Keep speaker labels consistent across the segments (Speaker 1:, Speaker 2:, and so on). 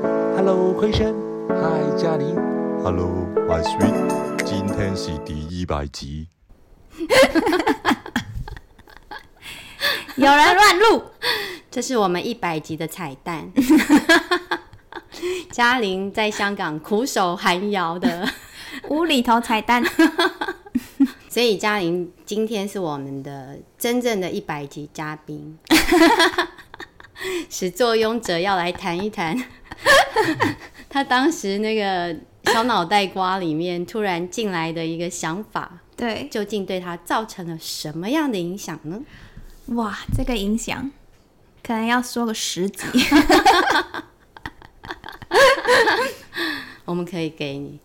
Speaker 1: Hello，奎神，Hi，嘉玲。
Speaker 2: Hello，my sweet，今天是第一百集，
Speaker 3: 有人乱录，
Speaker 4: 这是我们一百集的彩蛋。 嘉玲在香港苦守寒窑的，
Speaker 3: 无厘头彩蛋。
Speaker 4: 所以嘉玲今天是我们的真正的一百集嘉宾， 始作俑者要来谈一谈 他当时那个小脑袋瓜里面突然进来的一个想法，
Speaker 3: 对，
Speaker 4: 究竟对他造成了什么样的影响呢？
Speaker 3: 哇，这个影响可能要说个十集。
Speaker 4: 我们可以给你，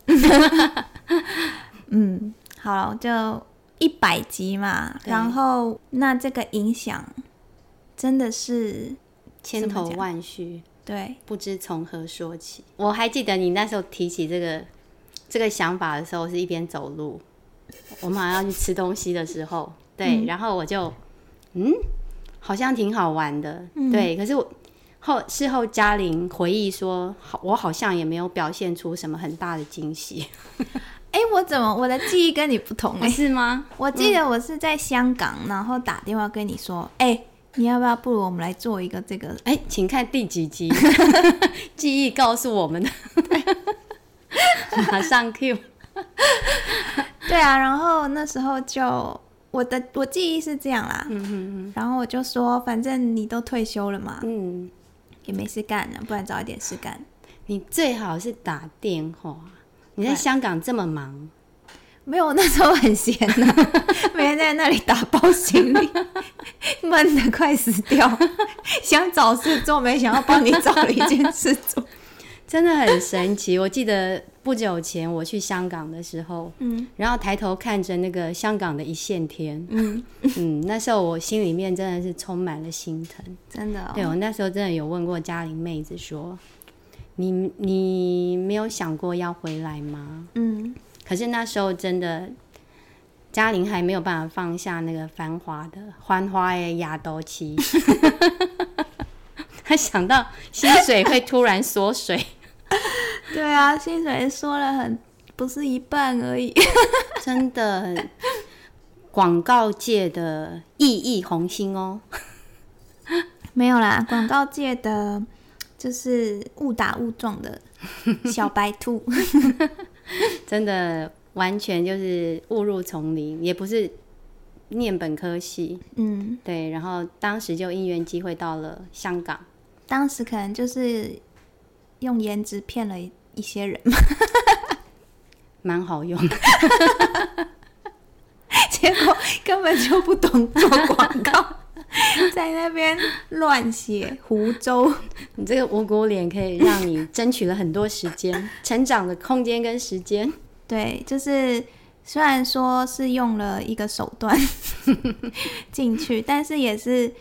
Speaker 3: 嗯，好了，就一百集嘛。
Speaker 4: 对
Speaker 3: 然后那这个影响真的是
Speaker 4: 千
Speaker 3: 怎
Speaker 4: 头
Speaker 3: 么讲
Speaker 4: 万绪。
Speaker 3: 对，
Speaker 4: 不知从何说起。我还记得你那时候提起这个这个想法的时候，是一边走路，我们好像去吃东西的时候，对，然后我就，嗯，好像挺好玩的，对。可是我后事后嘉玲回忆说，好我好像也没有表现出什么很大的惊喜，
Speaker 3: 哎，我怎么我的记忆跟你不同哎、
Speaker 4: 哦是吗？
Speaker 3: 我记得我是在香港，然后打电话跟你说，哎、你要不要？不如我们来做一个这个，
Speaker 4: 哎，请看第几 集，记忆告诉我们 的，马上 Q。
Speaker 3: 对啊。然后那时候就我的我记忆是这样啦，然后我就说，反正你都退休了嘛，
Speaker 4: 嗯，
Speaker 3: 也没事干了，不然找一点事干。
Speaker 4: 你最好是打电话。你在
Speaker 3: 对
Speaker 4: 香港这么忙，
Speaker 3: 没有，我那时候很闲呐、 每天在那里打包行李， 闷得快死掉。 想找事做，没想到帮你找了一件事做。
Speaker 4: 真的很 神奇。我记得不久前我去香港的时候，
Speaker 3: 嗯
Speaker 4: 然后抬头看着那个香港的一线天，
Speaker 3: 嗯，
Speaker 4: 嗯，那时候我心里面真的是充满了心疼。
Speaker 3: 真的、
Speaker 4: 对
Speaker 3: 哦，
Speaker 4: 我那时候真的有问过嘉玲妹子说：“你你没有想过要回来吗
Speaker 3: 嗯，？”
Speaker 4: 可是那时候真的，嘉玲还没有办法放下那个繁华的欢花的亚都期。 她想到薪水会突然缩水，
Speaker 3: 对啊，薪水说了很不是一半而已。
Speaker 4: 真的很广告界的熠熠红星哦。
Speaker 3: 没有啦，广告界的就是误打误撞 的小白兔。
Speaker 4: 真的完全就是误入丛林，也不是念本科系，
Speaker 3: 嗯，
Speaker 4: 对。然后当时就因缘机会到了香港，
Speaker 3: 当时可能就是用颜值骗了一一些人，
Speaker 4: 蛮好用。
Speaker 3: 结果根本就不懂做广告， 在那边乱写湖州。
Speaker 4: 你这个无辜脸可以让你争取了很多时间， 成长的空间跟时间。
Speaker 3: 对，就是虽然说是用了一个手段 进去，但是也是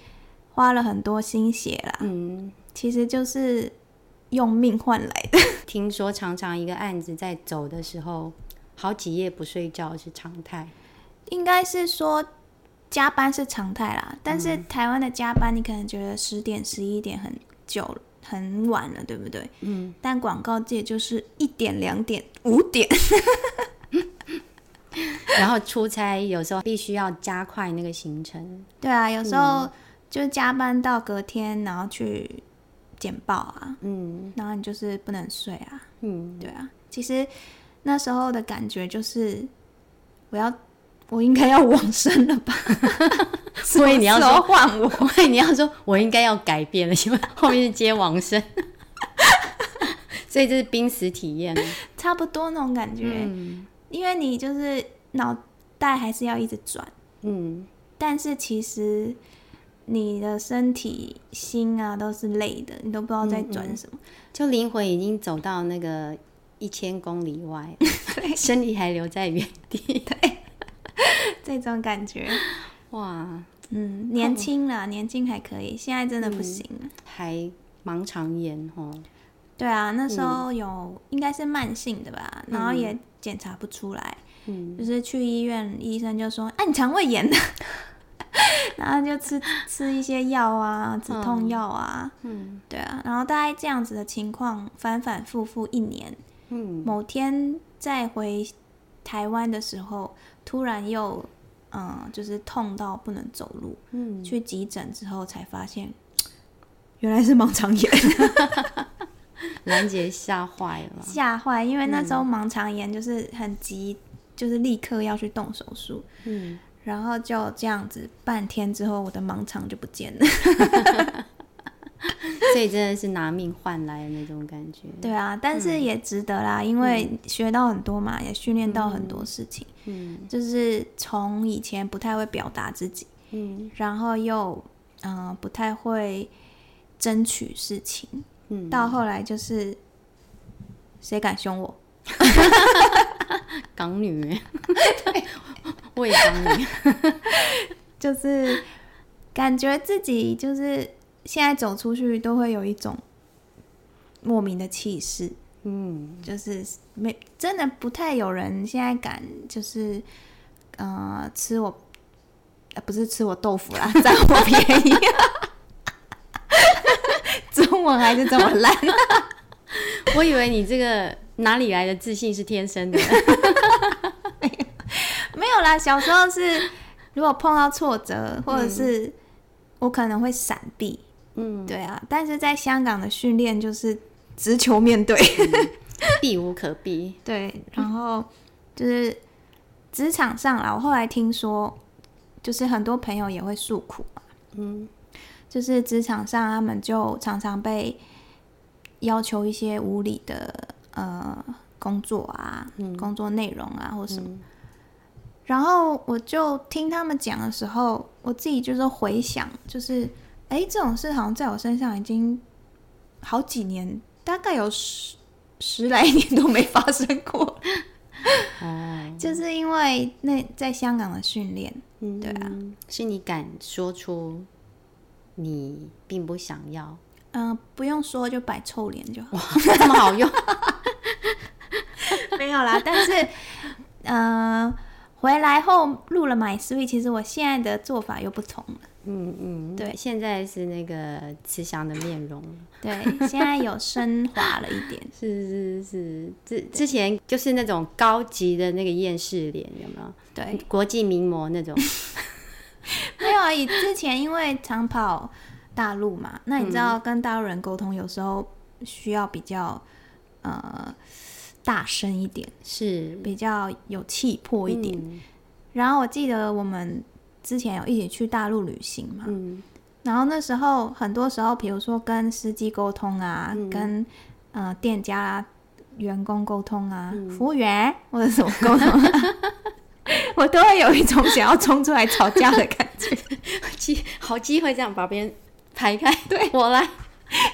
Speaker 3: 花了很多心血啦。
Speaker 4: 嗯，
Speaker 3: 其实就是用命换来的。
Speaker 4: 听说常常一个案子在走的时候，好几夜不睡觉是常态。
Speaker 3: 应该是说加班是常态啦，但是
Speaker 4: 嗯
Speaker 3: 台湾的加班你可能觉得十点、十一点很久了很晚了，对不对？嗯。但广告界就是一点、两点、五点。
Speaker 4: 然后出差有时候必须要加快那个行程，
Speaker 3: 对啊，有时候
Speaker 4: 嗯
Speaker 3: 就加班到隔天，然后去简报啊，
Speaker 4: 嗯
Speaker 3: 然后你就是不能睡啊。
Speaker 4: 嗯，
Speaker 3: 对啊，其实那时候的感觉就是，我要我应该要往生了吧？
Speaker 4: 所以你要
Speaker 3: 什么时
Speaker 4: 说
Speaker 3: 候换我？
Speaker 4: 我以为你要说，我应该要改变了，因为后面是接王生， 所以这是濒死体验。
Speaker 3: 差不多那种感觉，
Speaker 4: 嗯
Speaker 3: 因为你就是脑袋还是要一直转，
Speaker 4: 嗯，
Speaker 3: 但是其实你的身体、心啊都是累的，你都不知道在
Speaker 4: 嗯
Speaker 3: 转什么。
Speaker 4: 就灵魂已经走到那个一千公里 外了，身体还留在原地。
Speaker 3: 这种感觉，
Speaker 4: 哇，
Speaker 3: 嗯，年轻啦，年轻还可以，现在真的
Speaker 4: 嗯
Speaker 3: 不行了。
Speaker 4: 还盲肠炎哦，
Speaker 3: 对啊，那
Speaker 4: 嗯
Speaker 3: 时候有、应该是慢性的吧，然后也检查不出来，
Speaker 4: 嗯
Speaker 3: 就是去医院，医生就说：“啊，你肠胃炎的。” 然后就吃吃一些药啊，止痛药啊，嗯，对啊，然后大概这样子的情况反反复复一年，
Speaker 4: 嗯，
Speaker 3: 某天再回台湾的时候，突然又嗯、呃就是痛到不能走路，
Speaker 4: 嗯，
Speaker 3: 去急诊之后才发现，原来是盲肠炎，
Speaker 4: 兰姐吓坏了。
Speaker 3: 吓坏，因为那
Speaker 4: 嗯
Speaker 3: 时候盲肠炎就是很急，就是立刻要去动手术，
Speaker 4: 嗯，
Speaker 3: 然后就这样子半天之后，我的盲肠就不见
Speaker 4: 嗯
Speaker 3: 了。
Speaker 4: 所以真的是拿命换来的那种感觉。
Speaker 3: 对啊，但是
Speaker 4: 嗯
Speaker 3: 也值得啦，因为学到很多嘛，也训练到很多事情。
Speaker 4: 嗯
Speaker 3: 就是从以前不太会表达自己，
Speaker 4: 嗯
Speaker 3: 然后又嗯、呃不太会争取事情，
Speaker 4: 嗯，
Speaker 3: 到后来就是谁敢凶我，
Speaker 4: 港女， 我也港女。
Speaker 3: 就是感觉自己就是现在走出去都会有一种莫名的气势，
Speaker 4: 嗯
Speaker 3: 就是没真的不太有人现在敢就是呃吃我、呃不是吃我豆腐啦，占我便宜。 中文还是这么烂，
Speaker 4: 我以为你这个哪里来的自信是天生的，
Speaker 3: 没有啦。小时候是如果碰到挫折，或者是我可能会闪避，
Speaker 4: 嗯，
Speaker 3: 对啊。但是在香港的训练就是直球面对，
Speaker 4: 避无可避。
Speaker 3: 对，然后就是职场上啦，我后来听说，就是很多朋友也会诉苦嘛，
Speaker 4: 嗯
Speaker 3: 就是职场上他们就常常被要求一些无理的呃工作啊、工作内容啊或什么。然后我就听他们讲的时候，我自己就是回想，就是哎，诶这种事好像在我身上已经好几年，大概有十十来年都没发生过了，
Speaker 4: 哦，
Speaker 3: 就是因为那在香港的训练，
Speaker 4: 嗯
Speaker 3: 对啊，
Speaker 4: 是你敢说出你并不想要，
Speaker 3: 嗯、不用说就摆臭脸就好。
Speaker 4: 这么好用。
Speaker 3: 没有啦，但是，呃，回来后录了 My Sweet，其实我现在的做法又不同了。
Speaker 4: 嗯嗯，
Speaker 3: 对
Speaker 4: 现在是那个慈祥的面容。
Speaker 3: 对，现在有升华了一点。
Speaker 4: 是是是，之之前就是那种高级的那个厌世脸，有没有？
Speaker 3: 对，
Speaker 4: 国际名模那 种。
Speaker 3: 没有啊，以之前因为常跑大陆嘛，那你知道
Speaker 4: 嗯
Speaker 3: 跟大陆人沟通有时候需要比较呃大声一点，
Speaker 4: 是
Speaker 3: 比较有气魄一点。
Speaker 4: 嗯
Speaker 3: 然后我记得我们之前有一起去大陆旅行嘛，
Speaker 4: 嗯
Speaker 3: 然后那时候很多时候，比如说跟司机沟通啊，跟呃店家啊、员工沟通啊，服务员或者什么沟通、 啊，我都会有一种想要冲出来吵架的感觉。
Speaker 4: 机 好机会这样把别人排开， 对我来，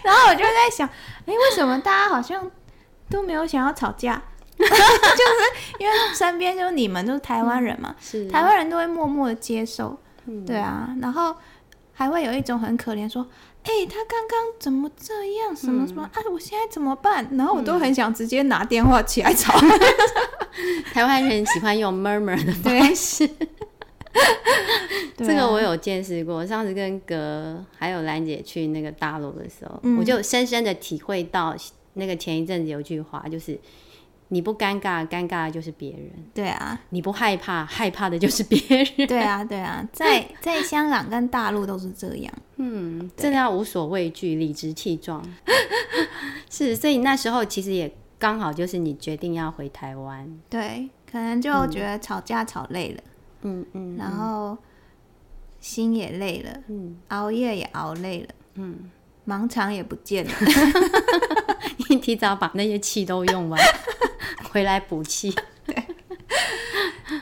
Speaker 3: 然后我就在想，哎，为什么大家好像都没有想要吵架？ 就是因为身边就是你们都是台湾人嘛，
Speaker 4: 是嗯
Speaker 3: 台湾人都会默默的接受，对啊，然后还会有一种很可怜说，哎、他刚刚怎么这样，什么什
Speaker 4: 嗯
Speaker 3: 么、啊，我现在怎么办？然后我都很想直接拿电话起来吵，
Speaker 4: 台湾人喜欢用 murmur 的方 式，
Speaker 3: 对啊
Speaker 4: 这个我有见识过。上次跟格还有兰姐去那个大陆的时候，
Speaker 3: 嗯
Speaker 4: 我就深深的体会到那个前一阵子有句话，就是你不尴尬，尴尬的就是别人；
Speaker 3: 对 啊，
Speaker 4: 你不害怕，害怕的就是别人。
Speaker 3: 对啊，对啊，在在香港跟大陆都是这样，
Speaker 4: 嗯，真的要无所畏惧，理直气壮。 是，所以那时候其实也刚好就是你决定要回台湾。
Speaker 3: 对，可能就觉得吵架吵累了，
Speaker 4: 嗯嗯
Speaker 3: 然后心也累了，
Speaker 4: 嗯，
Speaker 3: 熬夜也熬累了，嗯，盲肠也不见了，
Speaker 4: 一 提早把那些气都用完，回来补气。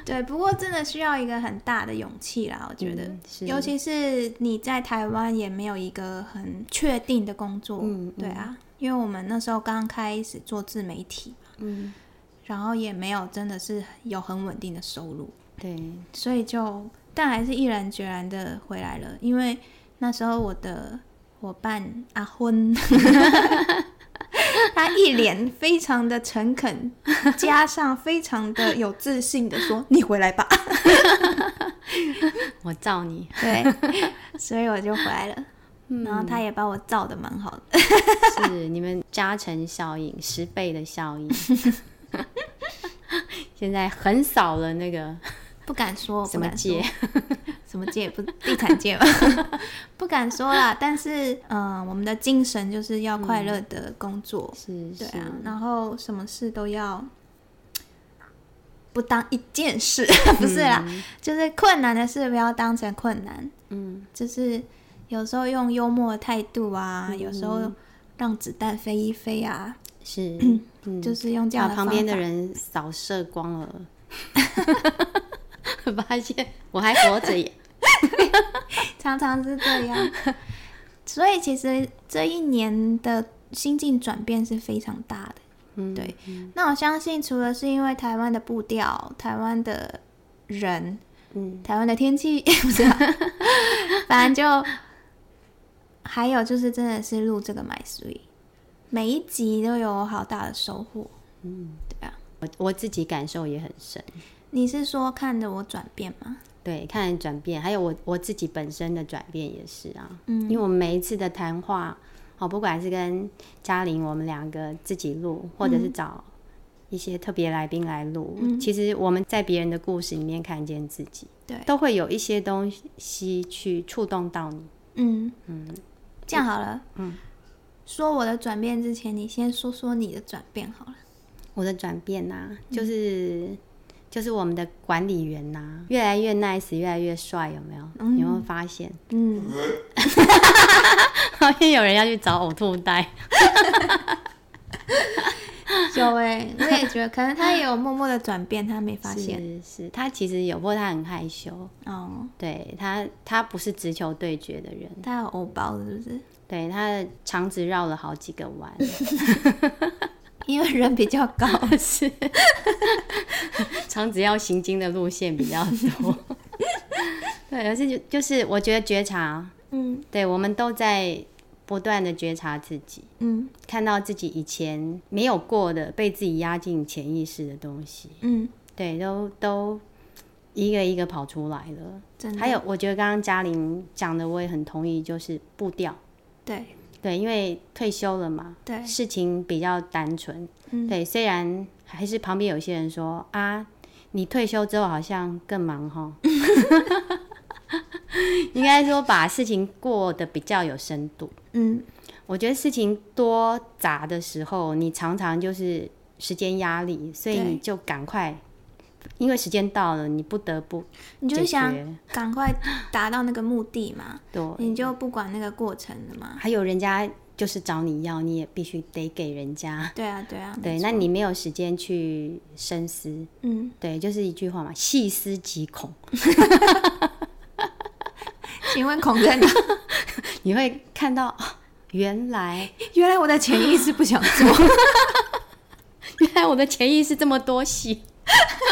Speaker 3: 对，不过真的需要一个很大的勇气啦，我觉得，
Speaker 4: 嗯是
Speaker 3: 尤其是你在台湾也没有一个很确定的工作，
Speaker 4: 嗯嗯
Speaker 3: 对啊，因为我们那时候刚开始做自媒体嘛，
Speaker 4: 嗯，
Speaker 3: 然后也没有真的是有很稳定的收入，
Speaker 4: 对，
Speaker 3: 所以就但还是毅然决然的回来了，因为那时候我的伙伴阿昏， 他一脸非常的诚恳，加上非常的有自信的说：“ 你回来吧。
Speaker 4: 我罩你”，
Speaker 3: 对，所以我就回来了。然后他也把我造的蛮好的。
Speaker 4: 是你们加成效应 十倍的效应。 现在很少了那个
Speaker 3: 不敢说
Speaker 4: 什么界，
Speaker 3: 不敢说 什么界不地产界吧， 不敢说啦。但是，嗯、我们的精神就是要快乐的工作，
Speaker 4: 是
Speaker 3: 对
Speaker 4: 是
Speaker 3: 啊，然后什么事都要不当一件事， 不是啦，就是困难的事不要当成困难，
Speaker 4: 嗯，
Speaker 3: 就是有时候用幽默的态度啊，有时候让子弹飞一飞啊，
Speaker 4: 是， 嗯
Speaker 3: 就是用这样
Speaker 4: 把
Speaker 3: 的
Speaker 4: 旁边的
Speaker 3: 方法
Speaker 4: 人扫射光了， 发现我还活着 耶。
Speaker 3: 常常是这 样。所以其实这一年的心境转变是非常大的。
Speaker 4: 嗯，
Speaker 3: 对，那我相信除了是因为台湾的步调、台湾的人、
Speaker 4: 嗯，
Speaker 3: 台湾的天气， 不是、 啊，反正就还有就是真的是录这个 My Three，每一集都有好大的收获。嗯，对啊。
Speaker 4: 我我自己感受也很深。
Speaker 3: 你是说看着我转变吗？
Speaker 4: 对，看人转变，还有我我自己本身的转变也是啊，嗯，因为我们每一次的谈话，哦，不管是跟嘉玲我们两个自己录，或
Speaker 3: 嗯
Speaker 4: 者是找一些特别来宾来录，其实我们在别人的故事里面看见自己，
Speaker 3: 对
Speaker 4: 都会有一些东西去触动到你。
Speaker 3: 嗯嗯，这样好了。嗯，说我的转变之前，你先说说你的转变好了。
Speaker 4: 我的转变呐、啊
Speaker 3: 嗯
Speaker 4: 就是、就是我们的管理员呐、越来越 nice，越来越帅，有没有？
Speaker 3: 嗯
Speaker 4: 有没有发现？
Speaker 3: 嗯，
Speaker 4: 好像有人要去找呕吐袋。
Speaker 3: 有哎、我也觉得，可能他也有默默的转变，他没发现
Speaker 4: 是是，他其实有，不过他很害羞。
Speaker 3: 哦。
Speaker 4: 对他，他不是直球对决的人，
Speaker 3: 他有欧包是不是？
Speaker 4: 对他的肠子绕了好几个弯，
Speaker 3: 因为人比较高，
Speaker 4: 是 肠子要行经的路线比较多。 对，而是就就是我觉得觉察，
Speaker 3: 嗯
Speaker 4: 对我们都在不断的觉察自己，
Speaker 3: 嗯
Speaker 4: 看到自己以前没有过的，被自己压进潜意识的东西，
Speaker 3: 嗯，
Speaker 4: 对，都都一个一个跑出来了。
Speaker 3: 真的。
Speaker 4: 还有，我觉得刚刚嘉玲讲的，我也很同意，就是步调。
Speaker 3: 对
Speaker 4: 对，因为退休了嘛，
Speaker 3: 对，
Speaker 4: 事情比较单纯。
Speaker 3: 嗯
Speaker 4: 对，虽然还是旁边有些人说啊，你退休之后好像更忙哈。 应该说把事情过得比较有深度。
Speaker 3: 嗯
Speaker 4: 我觉得事情多杂的时候，你常常就是时间压力，所以
Speaker 3: 对
Speaker 4: 你就赶快，因为时间到了，你不得不
Speaker 3: 你就
Speaker 4: 解
Speaker 3: 想
Speaker 4: 决
Speaker 3: 赶快达到那个目的嘛，
Speaker 4: 对。
Speaker 3: 你就不管那个过程了嘛。
Speaker 4: 还有人家就是找你要，你也必须得给人家。
Speaker 3: 对啊对啊，
Speaker 4: 对，
Speaker 3: 没
Speaker 4: 那
Speaker 3: 错
Speaker 4: 你没有时间去深思，
Speaker 3: 嗯，
Speaker 4: 对，就是一句话嘛，细思极恐，
Speaker 3: 请问 孔在哪？
Speaker 4: 你会看到、啊原来
Speaker 3: 原来我的潜意识不想做，
Speaker 4: 原来我的潜意识这么多戏，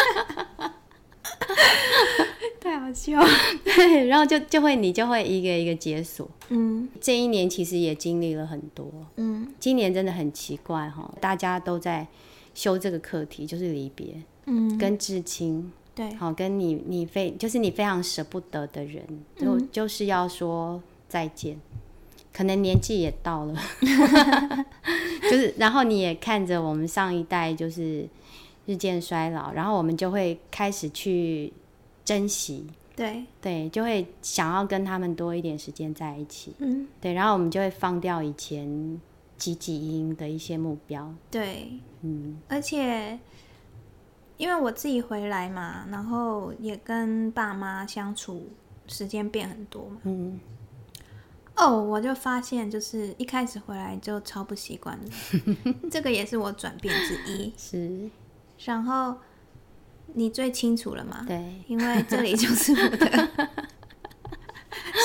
Speaker 3: 太好笑。
Speaker 4: 对， 然后就就会你就会一个一个解锁。
Speaker 3: 嗯
Speaker 4: 这一年其实也经历了很多，
Speaker 3: 嗯
Speaker 4: 今年真的很奇怪哈、大家都在修这个课题，就是离别、
Speaker 3: 嗯，
Speaker 4: 跟至亲，
Speaker 3: 对，
Speaker 4: 好、跟你你非就是你非常舍不得的人，就、就是要说再见，可能年纪也到了， 就是然后你也看着我们上一代就是日渐衰老，然后我们就会开始去珍惜，
Speaker 3: 对，
Speaker 4: 对，就会想要跟他们多一点时间在一起，
Speaker 3: 嗯，
Speaker 4: 对，然后我们就会放掉以前积极营的一些目标，
Speaker 3: 对，
Speaker 4: 嗯，
Speaker 3: 而且因为我自己回来嘛，然后也跟爸妈相处时间变很多嘛。
Speaker 4: 嗯，
Speaker 3: 哦，我就发现就是一开始回来就超不习惯的， 这个也是我转变之一。
Speaker 4: 是，
Speaker 3: 然后你最清楚了嘛？
Speaker 4: 对，
Speaker 3: 因为这里就是我 的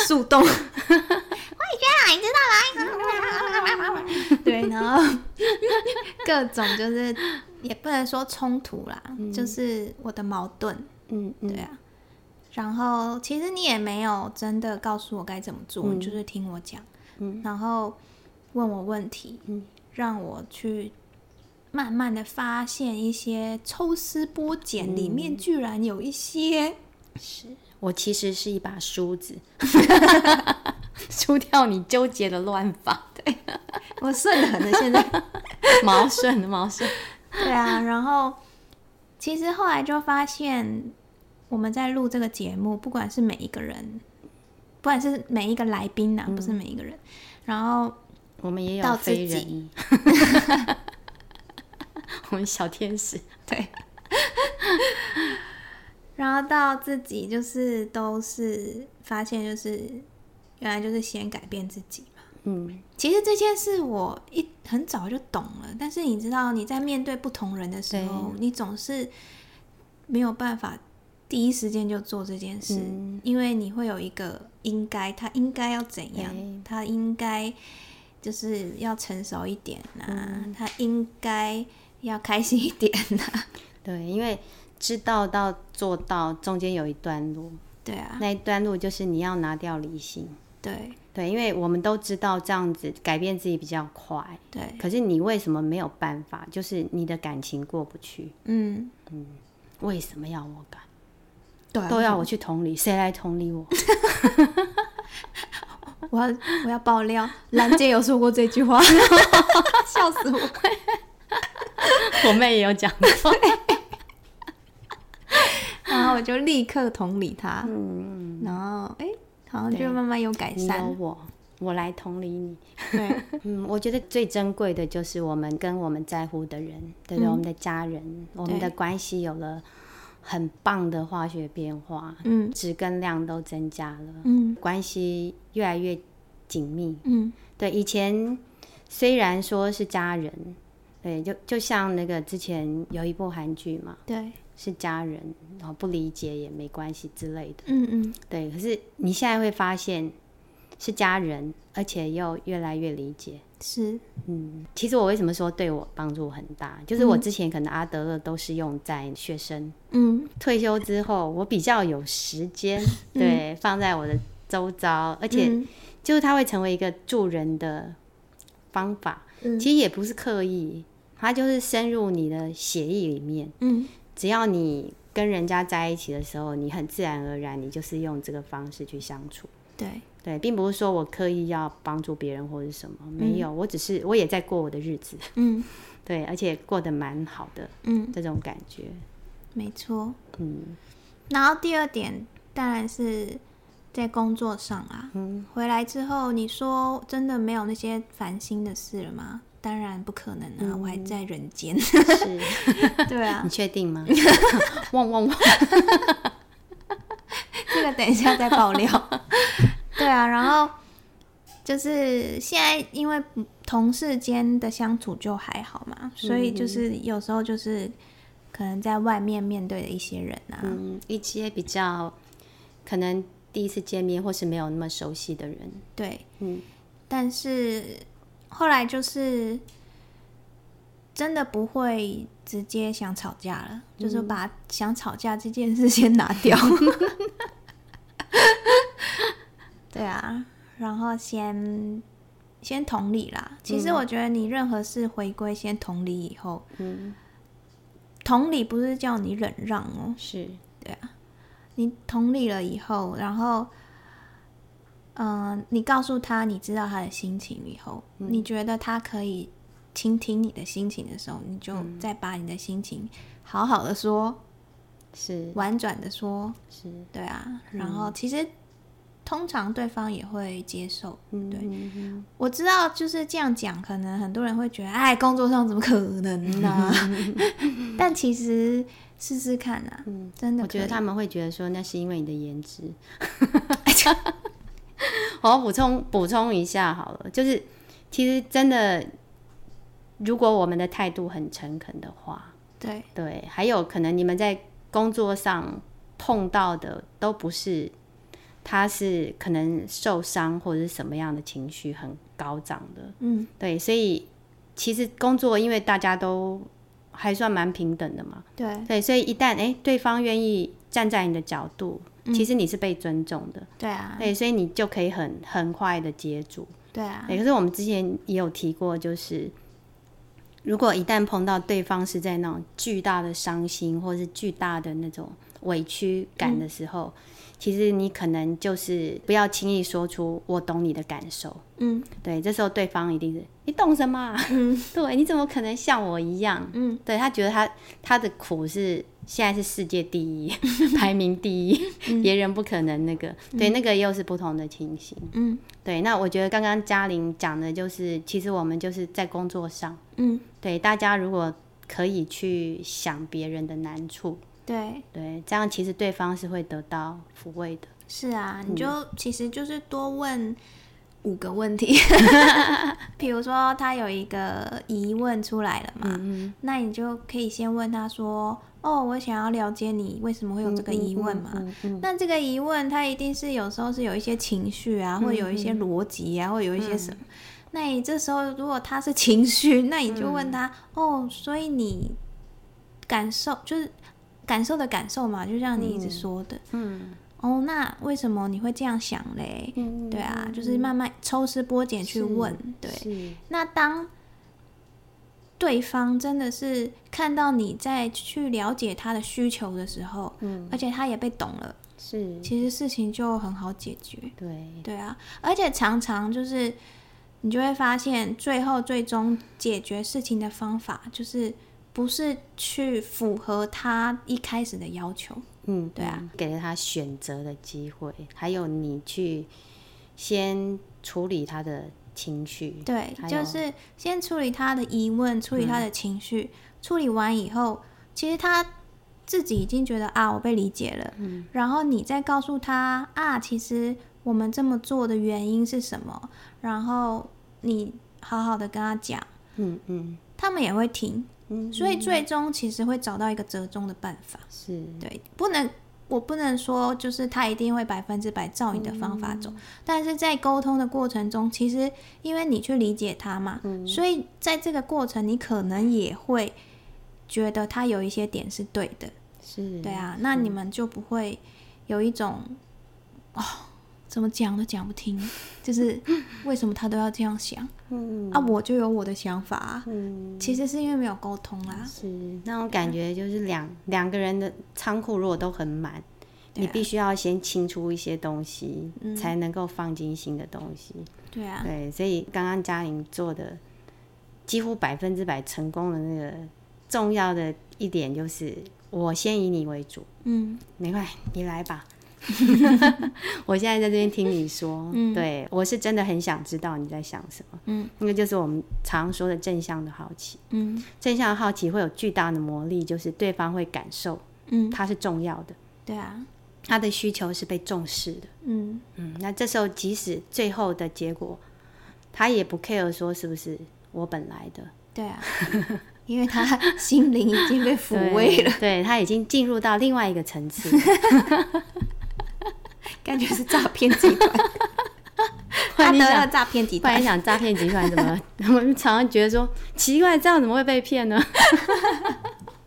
Speaker 3: 树洞。我以前哪里知道来？对，然后各种就是也不能说冲突啦，就是我的矛盾，
Speaker 4: 嗯嗯
Speaker 3: 对，啊。然后其实你也没有真的嗯告诉我该怎么做，你就是听我讲，然后问我问题，让我去慢慢的发现一些抽丝剥茧，里面居然有一些
Speaker 4: 我其实是一把梳子， 梳掉你纠结的乱发，对，
Speaker 3: 我顺的很的，现在
Speaker 4: 毛顺毛顺，
Speaker 3: 对啊， 然后其实后来就发现我们在录这个节目，不管是每一个人，不管是每一个来宾呐、不是每一个人，然后
Speaker 4: 我们也有
Speaker 3: 到自
Speaker 4: 非
Speaker 3: 己
Speaker 4: 人意， 我们小天使，
Speaker 3: 对，然后到自己就是都是发现就是原来就是先改变自己嘛。
Speaker 4: 嗯，
Speaker 3: 其实这件事我一很早就懂了，但是你知道你在面对不同人的时候，你总是没有办法第一时间就做这件事，因为你会有一个应该他应该要怎样
Speaker 4: 对，
Speaker 3: 他应该就是要成熟一点呐、他应该要开心一点啊呐、
Speaker 4: 对，因为知道到做到中间有一段路，
Speaker 3: 对啊，
Speaker 4: 那一段路就是你要拿掉理性，
Speaker 3: 对
Speaker 4: 对，因为我们都知道这样子改变自己比较快，
Speaker 3: 对，
Speaker 4: 可是你为什么没有办法？就是你的感情过不去，
Speaker 3: 嗯，
Speaker 4: 为什么要我改？
Speaker 3: 对啊
Speaker 4: 都要我去同理，谁来同理我？
Speaker 3: 我要我要爆料，兰姐有说过这句话， 笑死我。
Speaker 4: 我妹也有讲 过，
Speaker 3: 然后我就立刻同理他，嗯，然后哎、诶好像
Speaker 4: 对
Speaker 3: 就慢慢有改
Speaker 4: 你有
Speaker 3: 善，
Speaker 4: 我，我来同理你。
Speaker 3: 对，
Speaker 4: 嗯，我觉得最珍贵的就是我们跟我们在乎的人，对不对？我们的家人，我们的关系有了很棒的化学变化，
Speaker 3: 嗯
Speaker 4: 质跟量都增加了，
Speaker 3: 嗯
Speaker 4: 关系越来越紧密。
Speaker 3: 嗯
Speaker 4: 对，以前虽然说是家人，对，就就像那个之前有一部韩剧嘛，
Speaker 3: 对，
Speaker 4: 是家人，然后不理解也没关系之类的。
Speaker 3: 嗯嗯
Speaker 4: 对，可是你现在会发现是家人，而且又越来越理解。
Speaker 3: 是，
Speaker 4: 嗯，其实我为什么说对我帮助很大，就是我之前可能阿德勒都是用在学生、
Speaker 3: 嗯
Speaker 4: 退休之后，我比较有时 间，对，放在我的周遭，而且
Speaker 3: 嗯
Speaker 4: 就是它会成为一个助人的方法，
Speaker 3: 嗯
Speaker 4: 其实也不是刻意，它就是深入你的血液里面，
Speaker 3: 嗯
Speaker 4: 只要你跟人家在一起的时候，你很自然而然，你就是用这个方式去相处。
Speaker 3: 对，
Speaker 4: 对，并不是说我刻意要帮助别人或者什么，没有，我只是我也在过我的日子，
Speaker 3: 嗯
Speaker 4: 对，而且过得蛮好的
Speaker 3: 嗯，
Speaker 4: 这种感觉。
Speaker 3: 没错。
Speaker 4: 嗯
Speaker 3: 然后第二点当然是在工作上啊，
Speaker 4: 嗯
Speaker 3: 回来之后你说真的没有那些烦心的事了吗？当然不可能啊，我还在人间。
Speaker 4: 嗯 是
Speaker 3: 对 啊
Speaker 4: 你，确定吗？汪汪汪！
Speaker 3: 这个等一下再爆料。 对啊，然后就是现在因为同事间的相处就还好嘛，所以就是
Speaker 4: 嗯
Speaker 3: 有时候就是可能在外面面对的一些人啊，
Speaker 4: 嗯，一些比较可能第一次见面或是没有那么熟悉的人，
Speaker 3: 对，
Speaker 4: 嗯，
Speaker 3: 但是后来就是真的不会直接想吵架了，就是把想吵架这件事先拿掉。 对啊，然后先先同理啦。其实我觉得你任何事回归先同理以后，嗯，同理不是叫你忍让哦，
Speaker 4: 是
Speaker 3: 你同理了以后，然后，嗯、你告诉他你知道他的心情以后，
Speaker 4: 嗯
Speaker 3: 你觉得他可以倾听你的心情的时候，你就
Speaker 4: 嗯
Speaker 3: 再把你的心情好好的说，
Speaker 4: 是
Speaker 3: 婉转的说，
Speaker 4: 是，
Speaker 3: 对啊，
Speaker 4: 嗯
Speaker 3: 然后其实通常对方也会接受。
Speaker 4: 嗯
Speaker 3: 对
Speaker 4: 嗯嗯
Speaker 3: 我知道就是这样讲，可能很多人会觉得，哎，工作上怎么可能呢、啊 但其实试试看啊，真的
Speaker 4: 嗯我
Speaker 3: 可
Speaker 4: 觉
Speaker 3: 以，
Speaker 4: 得他们会觉得说那是因为你的颜 值。我要补充补充一下好了，就是其实真的，如果我们的态度很诚恳的话，
Speaker 3: 对
Speaker 4: 对，还有可能你们在工作上碰到的都不是，他是可能受伤或者是什么样的情绪很高涨的，
Speaker 3: 嗯，
Speaker 4: 对，所以其实工作因为大家都还算蛮平等的嘛，
Speaker 3: 对
Speaker 4: 对，所以一旦诶对方愿意站在你的角度，其实你是被尊重的，
Speaker 3: 对啊，
Speaker 4: 对，所以你就可以很很快的接住。
Speaker 3: 对啊，
Speaker 4: 对，可是我们之前也有提过，就是如果一旦碰到对方是在那种巨大的伤心或是巨大的那种委屈感的时候，其实你可能就是不要轻易说出“我懂你的感受”。
Speaker 3: 嗯
Speaker 4: 对，这时候对方一定是你懂什么、啊？ 对，你怎么可能像我一样？
Speaker 3: 嗯，
Speaker 4: 对他觉得他他的苦是现在是世界第一， 排名第一，别人不可能那个。对，那个又是不同的情形。
Speaker 3: 嗯
Speaker 4: 对，那我觉得刚刚嘉玲讲的就是，其实我们就是在工作上，
Speaker 3: 嗯，
Speaker 4: 对大家如果可以去想别人的难处，
Speaker 3: 对，
Speaker 4: 对，这样其实对方是会得到抚慰的。
Speaker 3: 是啊，你就、其实就是多问五个问题，比如说他有一个疑问出来了嘛，
Speaker 4: 嗯
Speaker 3: 那你就可以先问他说：“哦，我想要了解你为什么会有这个疑问
Speaker 4: 嗯
Speaker 3: 嘛？”那这个疑问，他一定是有时候是有一些情绪
Speaker 4: 嗯
Speaker 3: 啊，或有一些逻辑啊，或有一些什么。那你这时候如果他是情绪，那你就问他：“
Speaker 4: 嗯
Speaker 3: 哦，所以你感受就是感受的感受嘛，就像你一直说的，
Speaker 4: 嗯
Speaker 3: 哦，那为什么你会这样想嘞？
Speaker 4: 嗯
Speaker 3: 对啊，就是慢慢抽丝剥茧去问。对，
Speaker 4: 是
Speaker 3: 那当对方真的是看到你在去了解他的需求的时候，
Speaker 4: 嗯
Speaker 3: 而且他也被懂了，
Speaker 4: 是，
Speaker 3: 其实事情就很好解决。
Speaker 4: 对，
Speaker 3: 对啊，而且常常就是你就会发现，最后最终解决事情的方法就是不是去符合他一开始的要求。
Speaker 4: 嗯，
Speaker 3: 对啊，
Speaker 4: 给了他选择的机会，还有你去先处理他的情绪，
Speaker 3: 对
Speaker 4: 还，有嗯
Speaker 3: 就是先处理他的疑问，处理他的情绪，处理完以后，其实他自己已经觉得啊，我被理解了。
Speaker 4: 嗯
Speaker 3: 然后你再告诉他啊，其实我们这么做的原因是什么，然后你好好的跟他讲，
Speaker 4: 嗯嗯
Speaker 3: 他们也会听。
Speaker 4: 嗯，
Speaker 3: 所以最终其实会找到一个折中的办法。
Speaker 4: 是
Speaker 3: 对，不能。我不能说就是他一定会百分之百照你的方法
Speaker 4: 嗯
Speaker 3: 走，但是在沟通的过程中，其实因为你去理解他嘛，
Speaker 4: 嗯
Speaker 3: 所以在这个过程，你可能也会觉得他有一些点是对的，
Speaker 4: 嗯是，
Speaker 3: 对，啊，那你们就不会有一种哦，怎么讲都讲不听，就是为什么他都要这样想
Speaker 4: 嗯
Speaker 3: 啊？我就有我的想法、啊，
Speaker 4: 嗯
Speaker 3: 其实是因为没有沟通啊啦，
Speaker 4: 是那种感觉，就是两两个人的仓库如果都很满。
Speaker 3: 对
Speaker 4: 嗯你
Speaker 3: 啊
Speaker 4: 必须要先清出一些东西，
Speaker 3: 嗯
Speaker 4: 才能够放进新的东西。
Speaker 3: 对啊，
Speaker 4: 对，所以刚刚嘉玲做的几乎百分之百成功的那个重要的一点就是，我先以你为主，
Speaker 3: 嗯
Speaker 4: 没关系，你来 吧。我现在在这边听你说，
Speaker 3: 嗯
Speaker 4: 对我是真的很想知道你在想什么。
Speaker 3: 嗯，
Speaker 4: 那个就是我们常说的正向的好奇。
Speaker 3: 嗯
Speaker 4: 正向的好奇会有巨大的魔力，就是对方会感受
Speaker 3: 嗯，
Speaker 4: 他是重要的，
Speaker 3: 对啊，
Speaker 4: 他的需求是被重视的。
Speaker 3: 嗯
Speaker 4: 嗯，那这时候即使最后的结果，他也不 care 说是不是我本来的
Speaker 3: 对啊，因为他心灵已经被抚慰了，
Speaker 4: 对，对他已经进入到另外一个层次 了。
Speaker 3: 感觉是诈骗集团， 他
Speaker 4: 然你
Speaker 3: 得
Speaker 4: 想
Speaker 3: 了诈骗集
Speaker 4: 不然
Speaker 3: 团，
Speaker 4: 想诈骗集团怎 么？我们常常觉得说奇怪，这样怎么会被骗呢？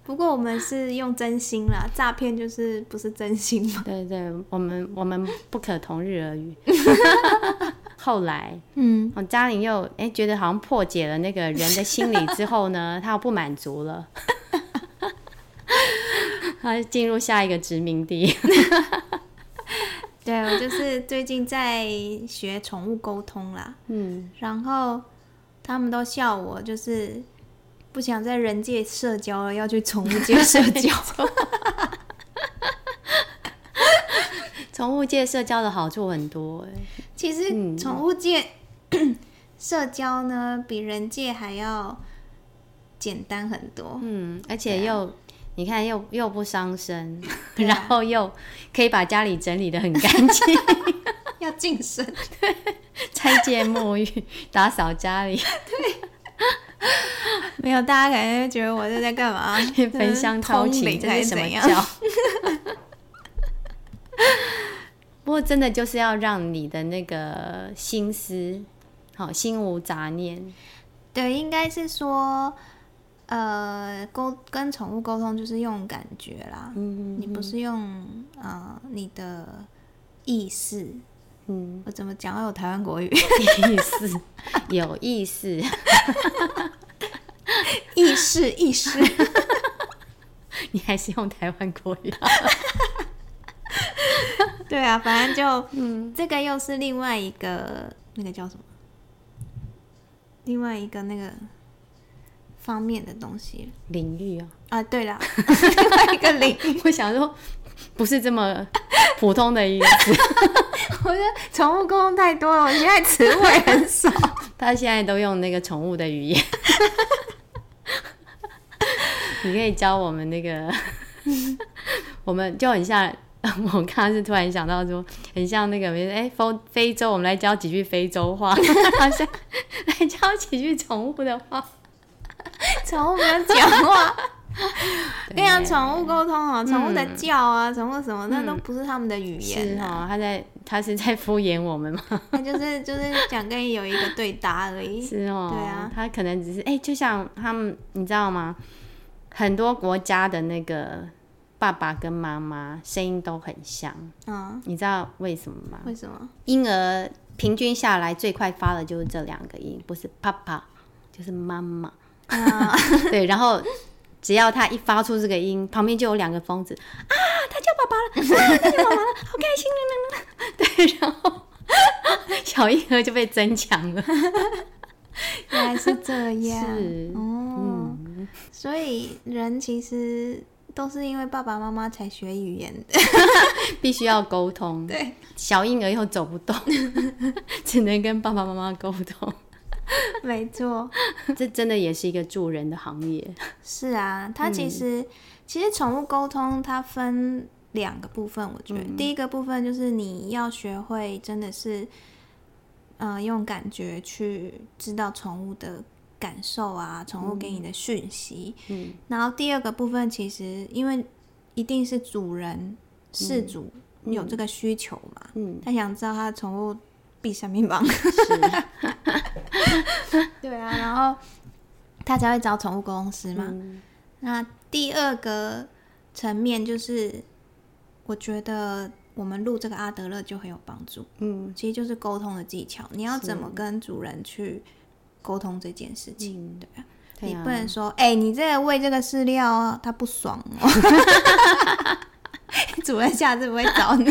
Speaker 3: 不过我们是用真心啦，诈骗就是不是真心嘛，
Speaker 4: 对对，我们我们不可同日而 语。后来，
Speaker 3: 嗯，
Speaker 4: 哦，嘉玲又哎觉得好像破解了那个人的心理之 后呢，她又不满足了， 她就进入下一个殖民地。
Speaker 3: 对我就是最近在学宠物沟通啦，
Speaker 4: 嗯，
Speaker 3: 然后他们都笑我就是。不想在人界社交了，要去宠物界社 交。
Speaker 4: 宠物界社交的好处很多哎，
Speaker 3: 其实宠物界、 社交呢，比人界还要简单很多。
Speaker 4: 嗯，而且
Speaker 3: 对啊
Speaker 4: 又、你看又又不伤身，
Speaker 3: 对啊
Speaker 4: 然后又可以把家里整理的很干净。
Speaker 3: 要晋升，
Speaker 4: 拆借沐浴、打扫家里、
Speaker 3: 没有大家可能会觉得我这在干 嘛？
Speaker 4: 焚香
Speaker 3: 啊嗯通
Speaker 4: 超情，
Speaker 3: 灵
Speaker 4: 这
Speaker 3: 还
Speaker 4: 是什么
Speaker 3: 怎样？
Speaker 4: 教？不过真的就是要让你的那个心思，好、心无杂念，
Speaker 3: 对，应该是说，呃，沟跟宠物沟通就是用感觉啦，
Speaker 4: 嗯
Speaker 3: 你不是用呃你的意识。
Speaker 4: 嗯，
Speaker 3: 我怎么讲？我有 台湾国语。
Speaker 4: 有意思，有意思，
Speaker 3: 意识意识，
Speaker 4: 你还是用台湾国语啊。
Speaker 3: 对啊，反正就嗯，这个又是另外一个那个叫什么，另外一个那个方面的东西了
Speaker 4: 领域啊，
Speaker 3: 啊。对啦， 另外一个领域，
Speaker 4: 我想说不是这么普通的一个词，
Speaker 3: 我觉得宠物沟通太多了，我现在词汇很少。
Speaker 4: 他现在都用那个宠物的语言。 你可以教我们那个， 我们就很像。我刚刚是突然想到说，很像那个，比如说哎，非非洲，我们来教几句非洲话， 好像来教几句宠物的话。
Speaker 3: 宠物没有讲 话。
Speaker 4: 对
Speaker 3: 跟你讲，宠物沟通啊，宠物的叫啊，宠、物什么，那都不是他们的语
Speaker 4: 是
Speaker 3: 言啊，
Speaker 4: 哦，他在他是在敷衍我们吗？
Speaker 3: 那、就是就是想跟你有一个对答而 已。
Speaker 4: 是哦，
Speaker 3: 对啊
Speaker 4: 他可能只是哎、就像他们，你知道吗？很多国家的那个爸爸跟妈妈声音都很像，
Speaker 3: 嗯，
Speaker 4: 你知道为什么吗？
Speaker 3: 为什么？
Speaker 4: 婴儿平均下来最快发的就是这两个音，不是爸爸就是妈妈。
Speaker 3: 啊，
Speaker 4: 对，然后只要他一发出这个音，旁边就有两个疯子啊，他叫爸爸了，啊，他叫爸爸了，好开心 啦啦啦。对，然后小婴儿就被增强了。
Speaker 3: 原来是这样。
Speaker 4: 是
Speaker 3: 哦，所以人其实都是因为爸爸妈妈才学语言的。
Speaker 4: 必须要沟通。
Speaker 3: 对，
Speaker 4: 小婴儿又走不动， 只能跟爸爸妈妈沟通。
Speaker 3: 没错。
Speaker 4: 这真的也是一个助人的行业。
Speaker 3: 是啊，它其实、其实宠物沟通它分两个部分，我觉得、第一个部分就是你要学会真的是，呃，用感觉去知道宠物的感受啊，宠物给你的讯息。嗯，然后第二个部分其实因为一定是主人事主有这个需求嘛，
Speaker 4: 嗯，
Speaker 3: 他想知道他的宠物闭上面忙。对啊，然后他才会找宠物公司嘛。
Speaker 4: 嗯
Speaker 3: 那第二个层面就是，我觉得我们录这个阿德勒就很有帮助。
Speaker 4: 嗯，
Speaker 3: 其实就是沟通的技巧，你要怎么跟主人去沟通这件事情，对啊。
Speaker 4: 对
Speaker 3: 你
Speaker 4: 啊
Speaker 3: 不能说，哎、你这个喂这个饲料啊，它不爽哦。 主人下次不会找你。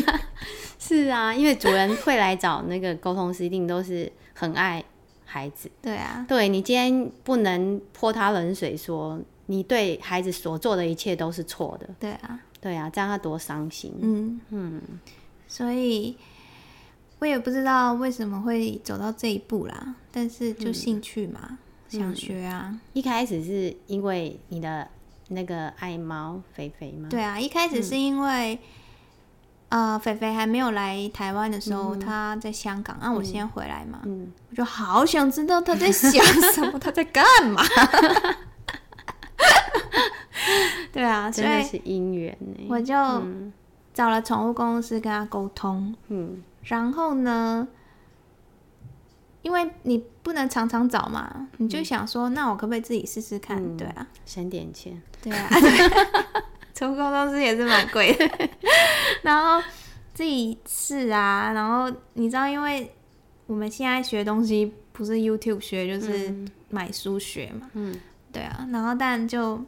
Speaker 4: 是啊，因为主人会来找那个沟通师，一定都是很爱孩子。
Speaker 3: 对啊，
Speaker 4: 对你今天不能泼他冷水说你对孩子所做的一切都是错的。
Speaker 3: 对啊，
Speaker 4: 对啊，这样他多伤心。
Speaker 3: 嗯嗯，所以我也不知道为什么会走到这一步啦，但是就兴趣嘛，
Speaker 4: 嗯
Speaker 3: 想学啊，
Speaker 4: 一开始是因为你的那个爱猫肥肥吗？
Speaker 3: 对啊，一开始是因为。呃，肥肥还没有来台湾的时候，
Speaker 4: 嗯
Speaker 3: 他在香港，啊，我先回来嘛，我就好想知道他在想 什么，他在干嘛。对啊，所
Speaker 4: 真的
Speaker 3: 以
Speaker 4: 是嗯姻缘欸呢、
Speaker 3: 我就找了宠物公司跟他沟通，
Speaker 4: 嗯，
Speaker 3: 然后呢，因为你不能常常找嘛，你
Speaker 4: 嗯
Speaker 3: 就想说，那我可不可以自己试试看？对啊，
Speaker 4: 省点钱。
Speaker 3: 对啊， 宠物沟通师也是蛮贵的，然后自己试啊，然后你知道，因为我们现在学东西不是 YouTube 学，就是
Speaker 4: 嗯
Speaker 3: 买书学嘛，嗯，对啊，然后但就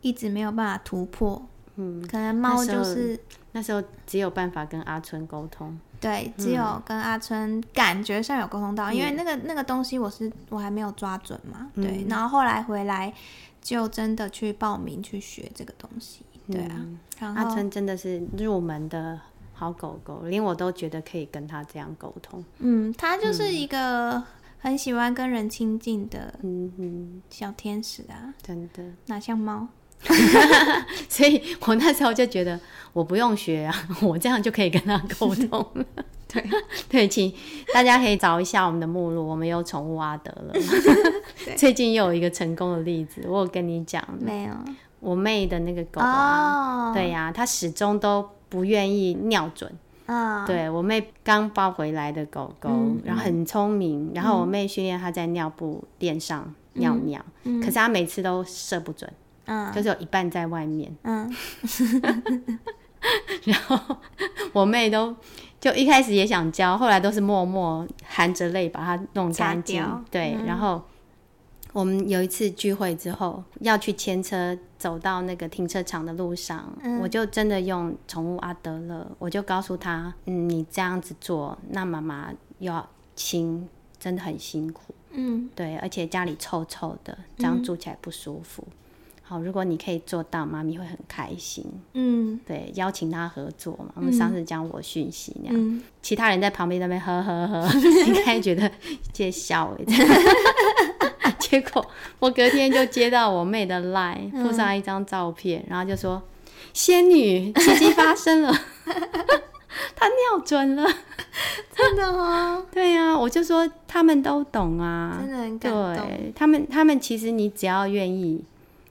Speaker 3: 一直没有办法突破，嗯，可能猫
Speaker 4: 那时
Speaker 3: 就
Speaker 4: 候
Speaker 3: 是。
Speaker 4: 那时候只有办法跟阿春沟通，
Speaker 3: 对，
Speaker 4: 嗯
Speaker 3: 只有跟阿春感觉上有沟通到，因为那个那个东西我是我还没有抓准嘛，对，
Speaker 4: 嗯
Speaker 3: 然后后来回来就真的去报名去学这个东西，对啊，然
Speaker 4: 嗯阿
Speaker 3: 后
Speaker 4: 春真的是入门的好狗狗，连我都觉得可以跟他这样沟通。
Speaker 3: 嗯，他就是一个很喜欢跟人亲近的
Speaker 4: 嗯哼，
Speaker 3: 小天使啊，
Speaker 4: 真的。
Speaker 3: 哪像猫？
Speaker 4: 所以我那时候就觉得我不用学啊，我这样就可以跟他沟通 了。对对，请大家可以找一下我们的目录，我们有宠物阿德 了。最近又有一个成功的例子，我有跟你讲，
Speaker 3: 没有
Speaker 4: 我妹的那个嗯狗啊，
Speaker 3: 哦，
Speaker 4: 对呀、她始终都不愿意尿准。
Speaker 3: 啊，
Speaker 4: 对我妹刚抱回来的狗狗，
Speaker 3: 嗯
Speaker 4: 然后很聪明，然后我妹训练它在尿布垫上尿尿，可是它每次都射不准，
Speaker 3: 嗯
Speaker 4: 就是有一半在外面。
Speaker 3: 嗯，
Speaker 4: 然后 我妹都就一开始也想教，后来都是默默含着泪把它弄
Speaker 3: 擦
Speaker 4: 干净
Speaker 3: 掉。嗯
Speaker 4: 对，然后。我们有一次聚会之后要去牵车，走到那个停车场的路上，
Speaker 3: 嗯
Speaker 4: 我就真的用宠物阿德勒，我就告诉他，嗯，你这样子做，那妈妈又要亲，真的很辛苦。
Speaker 3: 嗯，
Speaker 4: 对，而且家里臭臭的，这样住起来不舒服。好，如果你可以做到，妈咪会很开心。
Speaker 3: 嗯
Speaker 4: 对，邀请他合作嘛。我们上次讲我讯息那样，
Speaker 3: 嗯，
Speaker 4: 其他人在旁边那边呵 呵呵，应该觉得介笑哎。 结果我隔天就接到我妹的 line，附
Speaker 3: 嗯
Speaker 4: 上一张照片，然后就说：“仙女奇迹发 生了，她尿准了。
Speaker 3: 真的哦，”
Speaker 4: 对呀、我就说他们都懂啊，
Speaker 3: 真的很感动。
Speaker 4: 对他们，他们其实你只要愿意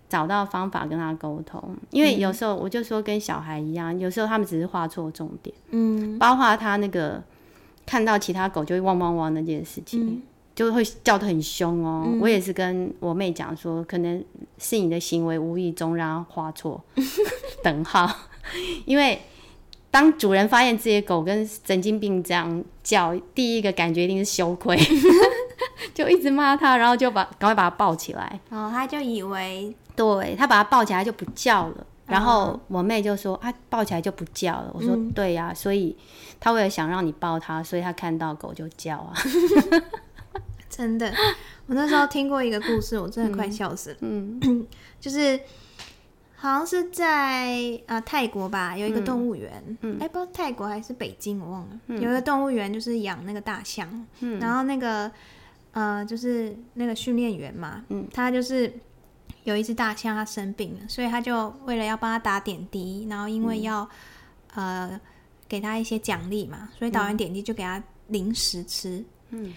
Speaker 4: 找到方法跟他沟通，因
Speaker 3: 嗯
Speaker 4: 为有时候我就说跟小孩一样，有时候他们只是画错重点，
Speaker 3: 嗯
Speaker 4: 包括他那个看到其他狗就会汪汪汪那件事情。
Speaker 3: 嗯
Speaker 4: 就会叫得很凶哦，我也是跟我妹讲说，可能是你的行为无意中让它画错 等号，因为当主人发现自己的狗跟神经病这样叫，第一个感觉一定是羞愧， 就一直骂它，然后就把赶快把它抱起来。
Speaker 3: 哦，他就以为
Speaker 4: 对，它把它抱起来就不叫了。然后我妹就说：“啊，抱起来就不叫了。”我说：“
Speaker 3: 嗯
Speaker 4: 对呀、所以它为了想让你抱它，所以它看到狗就叫啊。
Speaker 3: 真的，我那时候听过一个故事，我真的快笑死了。
Speaker 4: 嗯
Speaker 3: 就是好像是在啊、呃泰国吧，有一
Speaker 4: 嗯
Speaker 3: 个动物园，哎、不知道泰国还是北京，我忘了，有一个动物园就是养那个大象，
Speaker 4: 嗯
Speaker 3: 然后那个呃就是那个训练员嘛，
Speaker 4: 嗯
Speaker 3: 他就是。有一只大象，它生病了，所以他就为了要帮它打点滴，然后因
Speaker 4: 嗯
Speaker 3: 为要、呃给它一些奖励嘛，所以导演点滴就给它零食吃。
Speaker 4: 嗯，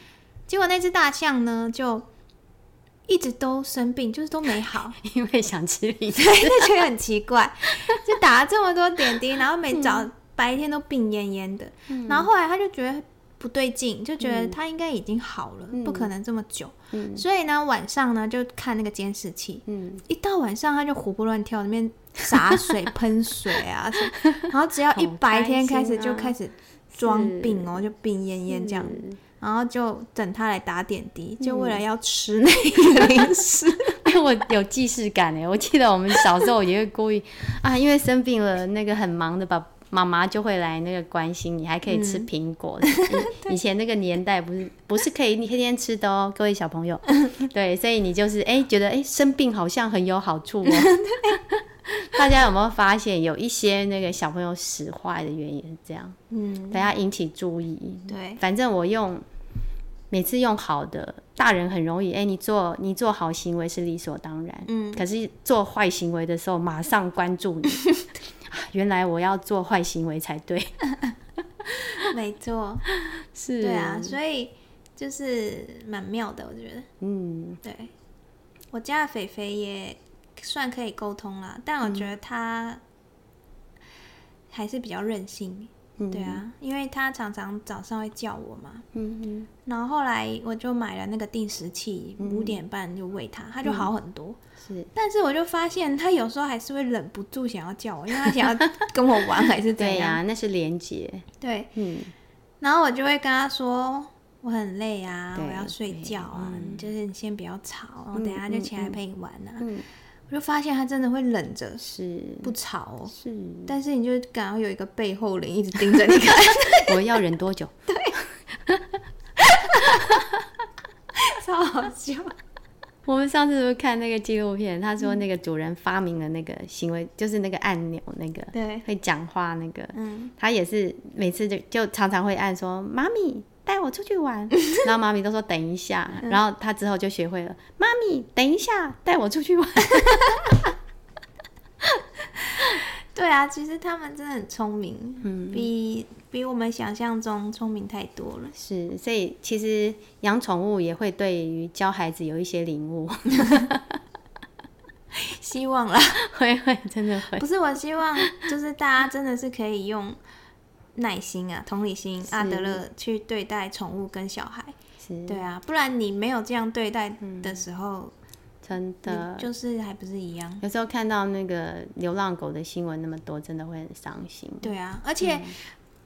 Speaker 3: 结果那只大象呢，就一直都生病，就是都没好。
Speaker 4: 因为想吃零食。
Speaker 3: 对， 就觉得很奇怪，就打了这么多点滴，然后
Speaker 4: 嗯
Speaker 3: 每早、白天都病恹恹的，然后后来他就觉得不对劲，就觉得他应该已经好了，不可能这么久，
Speaker 4: 嗯
Speaker 3: 所以呢晚上呢就看那个监视器，
Speaker 4: 嗯，
Speaker 3: 一到晚上他就活蹦乱跳，里面洒 水、喷水啊，什么然后只要一
Speaker 4: 好
Speaker 3: 白
Speaker 4: 开
Speaker 3: 天开
Speaker 4: 心
Speaker 3: 始就
Speaker 4: 啊
Speaker 3: 开始装
Speaker 4: 是
Speaker 3: 病哦，就病恹恹这样。
Speaker 4: 嗯
Speaker 3: 然后就等他来打点滴，就为了要吃那个零食。
Speaker 4: 哎， 我有既视感哎！我记得我们小时候也会故意啊，因为生病了，那个很忙的爸妈妈就会来那个关心你，还可以吃苹果。以以前那个年代不是不是可以你天天吃的哦，各位小朋友。对，所以你就是哎、觉得哎、生病好像很有好处哦。 大家有没有发现，有一些那个小朋友使坏的原因是这样，
Speaker 3: 嗯，
Speaker 4: 等下引起注意。
Speaker 3: 对，
Speaker 4: 反正我用每次用好的，大人很容易，哎、你做你做好行为是理所当然，
Speaker 3: 嗯
Speaker 4: 可是做坏行为的时候，马上关注你， 啊原来我要做坏行为才对，
Speaker 3: 没错。
Speaker 4: 是，
Speaker 3: 对啊，，所以就是蛮妙的，我觉得。
Speaker 4: 嗯，
Speaker 3: 对，我家的肥肥也算可以沟通啦，但我觉得他还是比较任性。对啊，因为他常常早上会叫我嘛，
Speaker 4: 嗯
Speaker 3: 然后后来我就买了那个定时器，五点半就喂他，
Speaker 4: 嗯
Speaker 3: 他就好很多。
Speaker 4: 是，
Speaker 3: 但是我就发现他有时候还是会忍不住想要叫我，因为他想要跟我玩还是
Speaker 4: 对
Speaker 3: 怎
Speaker 4: 呀、
Speaker 3: 样。
Speaker 4: 那是连结，
Speaker 3: 对，
Speaker 4: 嗯，
Speaker 3: 然后我就会跟他说我很累啊，
Speaker 4: 对
Speaker 3: 我要睡觉啊，你就是你先不要吵，我等下就起来陪你玩啊。
Speaker 4: 嗯
Speaker 3: 我就发现他真的会忍着
Speaker 4: 是
Speaker 3: 不吵哦，
Speaker 4: 嗯是，
Speaker 3: 但是你就感到有一个背后灵一直盯着你看，
Speaker 4: 我要忍多久？
Speaker 3: 超好笑。
Speaker 4: 我们上次是不是看那个纪录片，他说那个主人发明了那个行为，就是那个按钮，那个
Speaker 3: 对，
Speaker 4: 会讲话那个，
Speaker 3: 嗯，
Speaker 4: 他也是每次就就常常会按说妈咪带我出去 玩，然后妈咪都说等一下，
Speaker 3: 嗯
Speaker 4: 然后他之后就学会了妈咪等一下带我出 去玩，
Speaker 3: 对啊，其实他们真的很聪明，嗯，比比我们想象中聪明太多 了。
Speaker 4: 是，所以其实养宠物也会对于教孩子有一些领悟，
Speaker 3: 希望啦，
Speaker 4: 会会真的会
Speaker 3: 不是我希望，就是大家真的是可以用耐心啊、同理心、阿德勒去对待宠物跟小孩。
Speaker 4: 是
Speaker 3: 对啊，不然你没有这样对待的时候，
Speaker 4: 真
Speaker 3: 你
Speaker 4: 嗯的。嗯
Speaker 3: 就是还不是一样？
Speaker 4: 有时候看到那个流浪狗的新闻那么多，真的会很伤心。
Speaker 3: 对啊，而
Speaker 4: 嗯
Speaker 3: 且、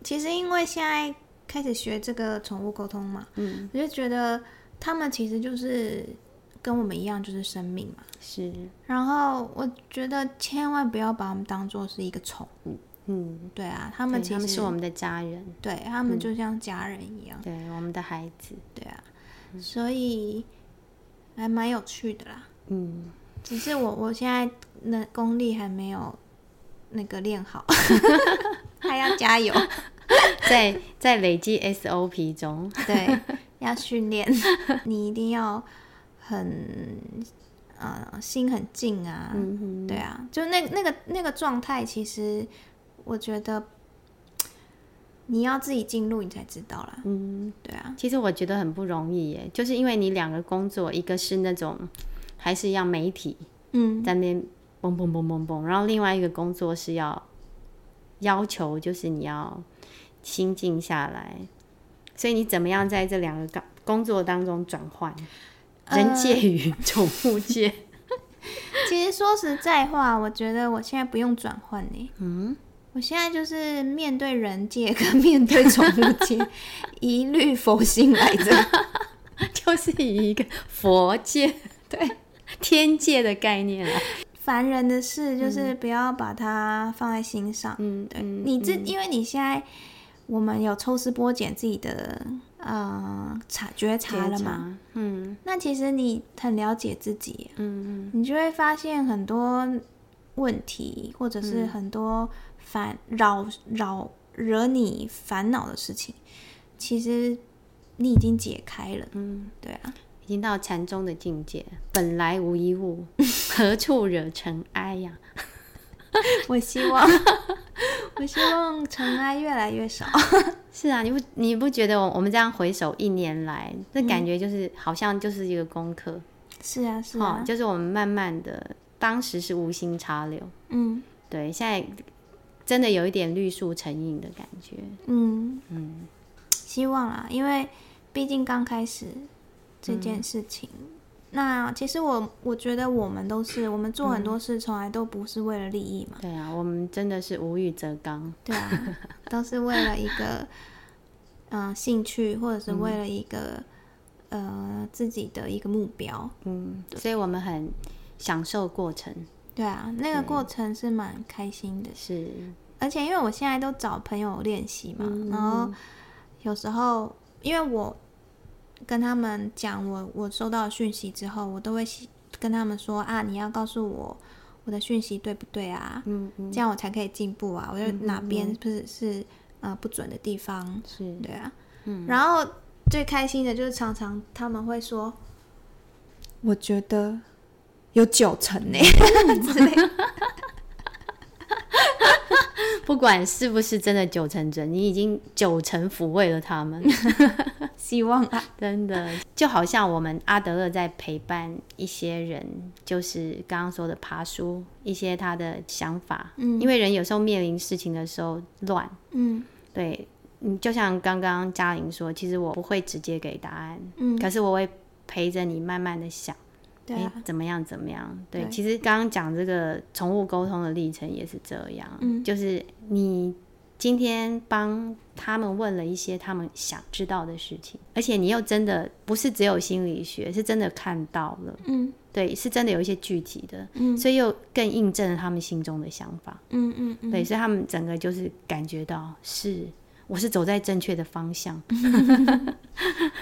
Speaker 3: 其实因为现在
Speaker 4: 嗯
Speaker 3: 开始学这个宠物沟通嘛，我就觉得他们其实就是跟我们一样就是生命嘛。
Speaker 4: 是，
Speaker 3: 然后我觉得千万不要把我们当做是一个宠物，
Speaker 4: 嗯，
Speaker 3: 对啊，他
Speaker 4: 他
Speaker 3: 们
Speaker 4: 们
Speaker 3: 其实
Speaker 4: 他们是我们的嗯家人，
Speaker 3: 对他们就像家人一样，
Speaker 4: 对我们的孩 子，
Speaker 3: 对啊，所以还蛮有趣的啦。
Speaker 4: 嗯，
Speaker 3: 只是我我现在那功力还没有那个练好， 还要加 油，
Speaker 4: 在在累积 SOP 中，
Speaker 3: 对，要训练，你一定要很呃心很静啊，
Speaker 4: 嗯哼，
Speaker 3: 对啊，就那那个那个状态，其实我觉得你要自己进入，你才知道啦。
Speaker 4: 嗯，
Speaker 3: 对啊，
Speaker 4: 其实我觉得很不容易耶，就是因为你两个工作，一个是那种还是要媒体
Speaker 3: 嗯，
Speaker 4: 在那边蹦蹦蹦蹦蹦，然后另外一个工作是要要求就是你要心静下来，所以你怎么样在这两个岗工作当中转换？
Speaker 3: 呃
Speaker 4: 人界与宠物界，
Speaker 3: 其实说实在话，我觉得我现在不用转换呢。嗯，我现在就是面对人界跟面对宠物界， 一律佛心来着。
Speaker 4: 就是以一个佛界对天界的概念啊来，
Speaker 3: 烦人的事就是不要把它放在心上。
Speaker 4: 嗯，
Speaker 3: 对，
Speaker 4: 嗯
Speaker 3: 你自、因为你现在我们有抽丝剥茧自己的呃察觉察了嘛，？
Speaker 4: 嗯
Speaker 3: 那其实你很了解自己，
Speaker 4: 嗯嗯，
Speaker 3: 你就会发现很多问题，或者
Speaker 4: 嗯
Speaker 3: 是很多烦扰扰惹你烦恼的事情，其实你已经解开了。嗯，对啊，
Speaker 4: 已经到禅宗的境界，本来无一物， 何处惹尘埃呀、
Speaker 3: 我希望， 我希望尘埃越来越少。
Speaker 4: 是啊，你不你不觉得我我们这样回首一年来，那感觉就是、好像就是一个功课，
Speaker 3: 是啊，是
Speaker 4: 哦
Speaker 3: 啊，，
Speaker 4: 就是我们慢慢的，当时是无心插柳，
Speaker 3: 嗯
Speaker 4: 对，现在真的有一点绿树成荫的感觉，
Speaker 3: 嗯嗯，希望啦，因为毕竟刚开始这件事情。那其实我我觉得我们都是，我们做很多事从来都不是为了利益嘛，
Speaker 4: 对啊，我们真的是无欲则刚，
Speaker 3: 对 啊，都是为了一个嗯、呃兴趣，或者是为了一个、呃自己的一个目标。
Speaker 4: 嗯，所以我们很享受过程，
Speaker 3: 对啊，那个过程是蛮开心的，
Speaker 4: 是，
Speaker 3: 而且因为我现在都找朋友练习嘛，
Speaker 4: 嗯
Speaker 3: 然后有时候因为我跟他们讲我我收到的讯息之后，我都会希跟他们说啊，你要告诉我我的讯息对不对啊，
Speaker 4: 嗯嗯，
Speaker 3: 这样我才可以进步啊，我就哪边不是是呃不准的地方，
Speaker 4: 是，嗯
Speaker 3: 对啊，然后最开心的就是常常他们会说，我觉得有九成欸呢、
Speaker 4: 不管是不是真的九成准，你已经九成抚慰了他们。
Speaker 3: 希望啊，
Speaker 4: 真的，就好像我们阿德勒在陪伴一些人，就是刚刚说的爬书，一些他的想法。
Speaker 3: 嗯
Speaker 4: 因为人有时候面临事情的时候乱，
Speaker 3: 嗯
Speaker 4: 对，嗯，就像刚刚嘉玲说，其实我不会直接给答案，
Speaker 3: 嗯，
Speaker 4: 可是我会陪着你慢慢的想，
Speaker 3: 对
Speaker 4: 诶
Speaker 3: 啊，
Speaker 4: 怎么样怎么样？对，
Speaker 3: 对
Speaker 4: 其实刚刚讲这个宠物沟通的历程也是这样，
Speaker 3: 嗯
Speaker 4: 就是你今天帮他们问了一些他们想知道的事情，而且你又真的不是只有心理学，是真的看到了，
Speaker 3: 嗯
Speaker 4: 对，是真的有一些具体的，
Speaker 3: 嗯
Speaker 4: 所以又更印证了他们心中的想法，
Speaker 3: 嗯嗯嗯，
Speaker 4: 对，所以他们整个就是感觉到是。我是走在正确的 方向，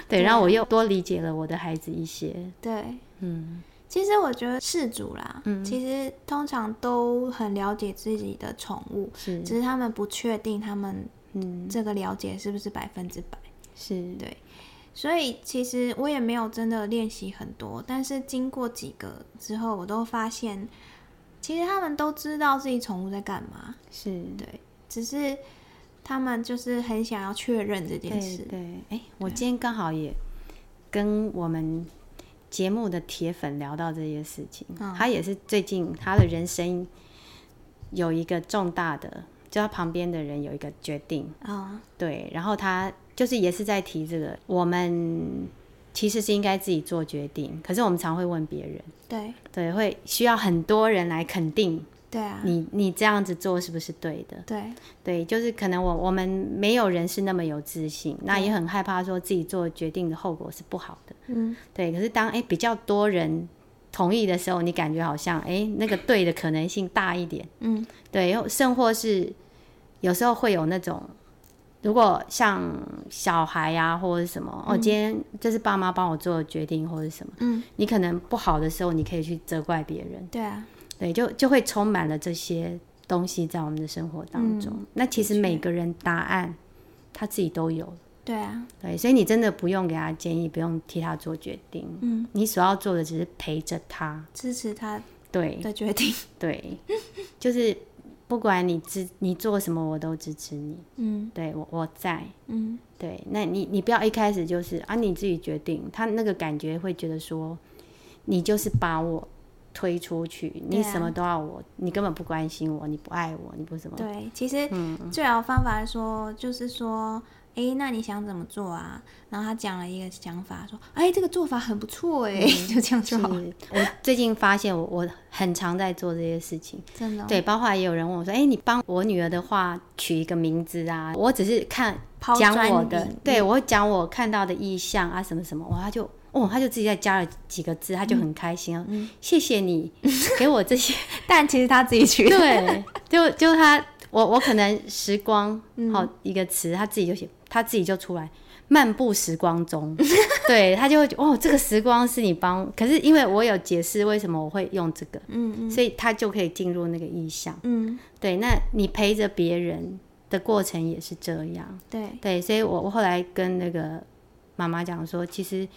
Speaker 4: 对，
Speaker 3: 啊
Speaker 4: 然后我又多理解了我的孩子一些，
Speaker 3: 对。
Speaker 4: 嗯，
Speaker 3: 其实我觉得事主啦，其实通常都很了解自己的宠物，
Speaker 4: 是，
Speaker 3: 只是他们不确定他们
Speaker 4: 嗯，
Speaker 3: 这个了解是不是百分之百。
Speaker 4: 是，
Speaker 3: 对，所以其实我也没有真的练习很多，但是经过几个之后，我都发现，其实他们都知道自己宠物在干嘛，
Speaker 4: 是，
Speaker 3: 对，只是他们就是很想要确认这件
Speaker 4: 对
Speaker 3: 事。
Speaker 4: 对，哎、我
Speaker 3: 啊
Speaker 4: 今天刚好也跟我们节目的铁粉聊到这些事情，
Speaker 3: 嗯
Speaker 4: 他也是最近他的人生有一个重大的，就他旁边的人有一个决定，
Speaker 3: 啊、
Speaker 4: 对，然后他就是也是在提这个，我们其实是应该自己做决定，可是我们常会问别人，
Speaker 3: 对
Speaker 4: 对，会需要很多人来肯定
Speaker 3: 对啊，
Speaker 4: 你你这样子做是不是对的？
Speaker 3: 对啊
Speaker 4: 对，就是可能我我们没有人是那么有自信，那也很害怕说自己做决定的后果是不好的。
Speaker 3: 嗯，
Speaker 4: 对。可是当诶比较多人同意的时候，你感觉好像诶那个对的可能性大一点。
Speaker 3: 嗯，
Speaker 4: 对，甚或是有时候会有那种，如果像小孩呀、或者什么，哦，今天这是爸妈帮我做的决定或者什么，
Speaker 3: 嗯，
Speaker 4: 你可能不好的时候，你可以去责怪别人。
Speaker 3: 对啊，
Speaker 4: 对，就就会充满了这些东西在我们的生活当中。那其实每个人答案他自己都有，
Speaker 3: 对啊，
Speaker 4: 对，所以你真的不用给他建议，不用替他做决定，
Speaker 3: 嗯，
Speaker 4: 你所要做的只是陪着他，
Speaker 3: 支持他
Speaker 4: 对
Speaker 3: 的决定，
Speaker 4: 对， 就是不管你支你做什么，我都支持你，
Speaker 3: 嗯
Speaker 4: 对我我在。
Speaker 3: 嗯，
Speaker 4: 对，那你你不要一开始就是啊你自己决定，他那个感觉会觉得说，你就是把我推出去，
Speaker 3: 对
Speaker 4: 你
Speaker 3: 啊
Speaker 4: 什么都要我，你根本不关心我，你不爱我，你不什么，
Speaker 3: 对，其实
Speaker 4: 嗯
Speaker 3: 最好的方法是说就是说。诶，那你想怎么做啊？然后他讲了一个想法，说：“哎，这个做法很不错哎， 就这样就好了。
Speaker 4: 嗯是我最近发现我我很常在做这些事情，”
Speaker 3: 真的哦、
Speaker 4: 对，包括也有人问我说，哎、你帮我女儿的话取一个名字啊，我只是看
Speaker 3: 抛
Speaker 4: 讲
Speaker 3: 砖
Speaker 4: 我
Speaker 3: 引
Speaker 4: 的
Speaker 3: 玉，
Speaker 4: 对我会讲我看到的意象啊什么什么，哇，他就哦他就自己再加了几个字，
Speaker 3: 嗯
Speaker 4: 他就很开心啊，谢谢你给我这些。
Speaker 3: 但其实他自己取的，
Speaker 4: 对，就就他，我我可能时光
Speaker 3: 嗯
Speaker 4: 好一个词，他自己就写，他自己就出来。漫步时光中， 对他就会觉得哦，这个时光是你帮，可是因为我有解释为什么我会用这个，
Speaker 3: 嗯
Speaker 4: 所以他就可以进入那个意象。
Speaker 3: 嗯，
Speaker 4: 对，那你陪着别人的过程也是这样，
Speaker 3: 对
Speaker 4: 对，所以我我后来跟那个妈妈讲说，其实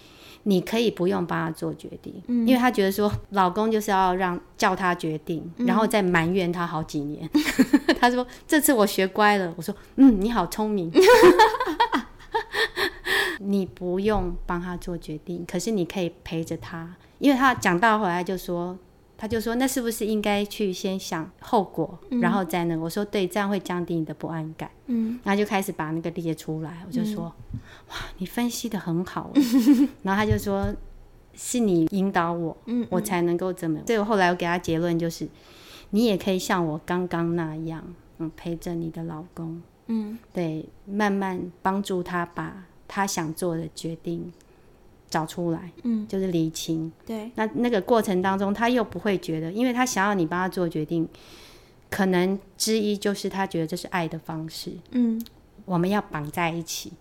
Speaker 4: 你可以不用帮他做决定，因为她觉得说老公就是要让叫他决定，然后再埋怨他好几年。 她说这次我学乖了，我说嗯，你好聪明。 你不用帮他做决定，可是你可以陪着他，因为他讲到后来就说，他就说那是不是应该去先想后果，然后再那个？我说对，这样会降低你的不安感。
Speaker 3: 嗯，
Speaker 4: 然后就开始把那个列出来，我就说，哇，你分析的 很好欸，然后他就说，是你引导我，
Speaker 3: 嗯
Speaker 4: 我才能够怎么样。所以我后来我给他结论就是，你也可以像我刚刚那样，嗯，陪着你的老公，
Speaker 3: 嗯
Speaker 4: 对，慢慢帮助他把他想做的决定找出来，
Speaker 3: 嗯，
Speaker 4: 就是厘清。
Speaker 3: 对
Speaker 4: 那那个过程当中，他又不会觉得，因为他想要你帮他做决定，可能之一就是他觉得这是爱的方式。
Speaker 3: 嗯
Speaker 4: 我们要绑在一起。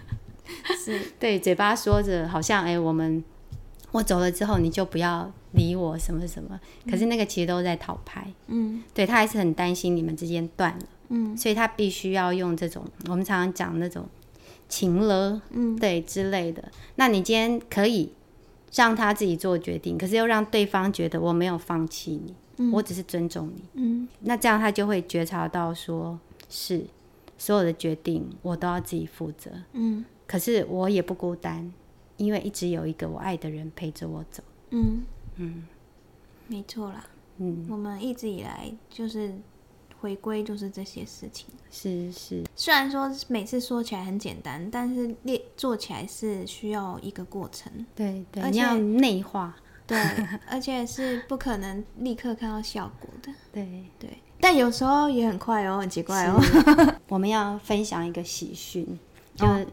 Speaker 3: 是，
Speaker 4: 对，嘴巴说着好像哎、我们我走了之后你就不要理我什么什么，可是那个其实都在讨拍。
Speaker 3: 嗯
Speaker 4: 对他还是很担心你们之间断了，
Speaker 3: 嗯
Speaker 4: 所以他必须要用这种我们常常讲那种情了，
Speaker 3: 嗯
Speaker 4: 对之类的。那你今天可以让他自己做决定，可是又让对方觉得我没有放弃你，
Speaker 3: 嗯
Speaker 4: 我只是尊重你。
Speaker 3: 嗯
Speaker 4: 那这样他就会觉察到说，是所有的决定我都要自己负责，
Speaker 3: 嗯
Speaker 4: 可是我也不孤单，因为一直有一个我爱的人陪着我走。
Speaker 3: 嗯嗯，没错啦。
Speaker 4: 嗯，
Speaker 3: 我们一直以来就是回归就是这些事情，
Speaker 4: 是是，
Speaker 3: 虽然说每次说起来很简单，但是列做起来是需要一个过程，
Speaker 4: 对对，
Speaker 3: 而
Speaker 4: 你
Speaker 3: 且
Speaker 4: 要内化，
Speaker 3: 对，而且是不可能立刻看到效果的，
Speaker 4: 对。
Speaker 3: 对。但有时候也很快哦，很奇怪哦。
Speaker 4: 我们要分享一个喜讯，就是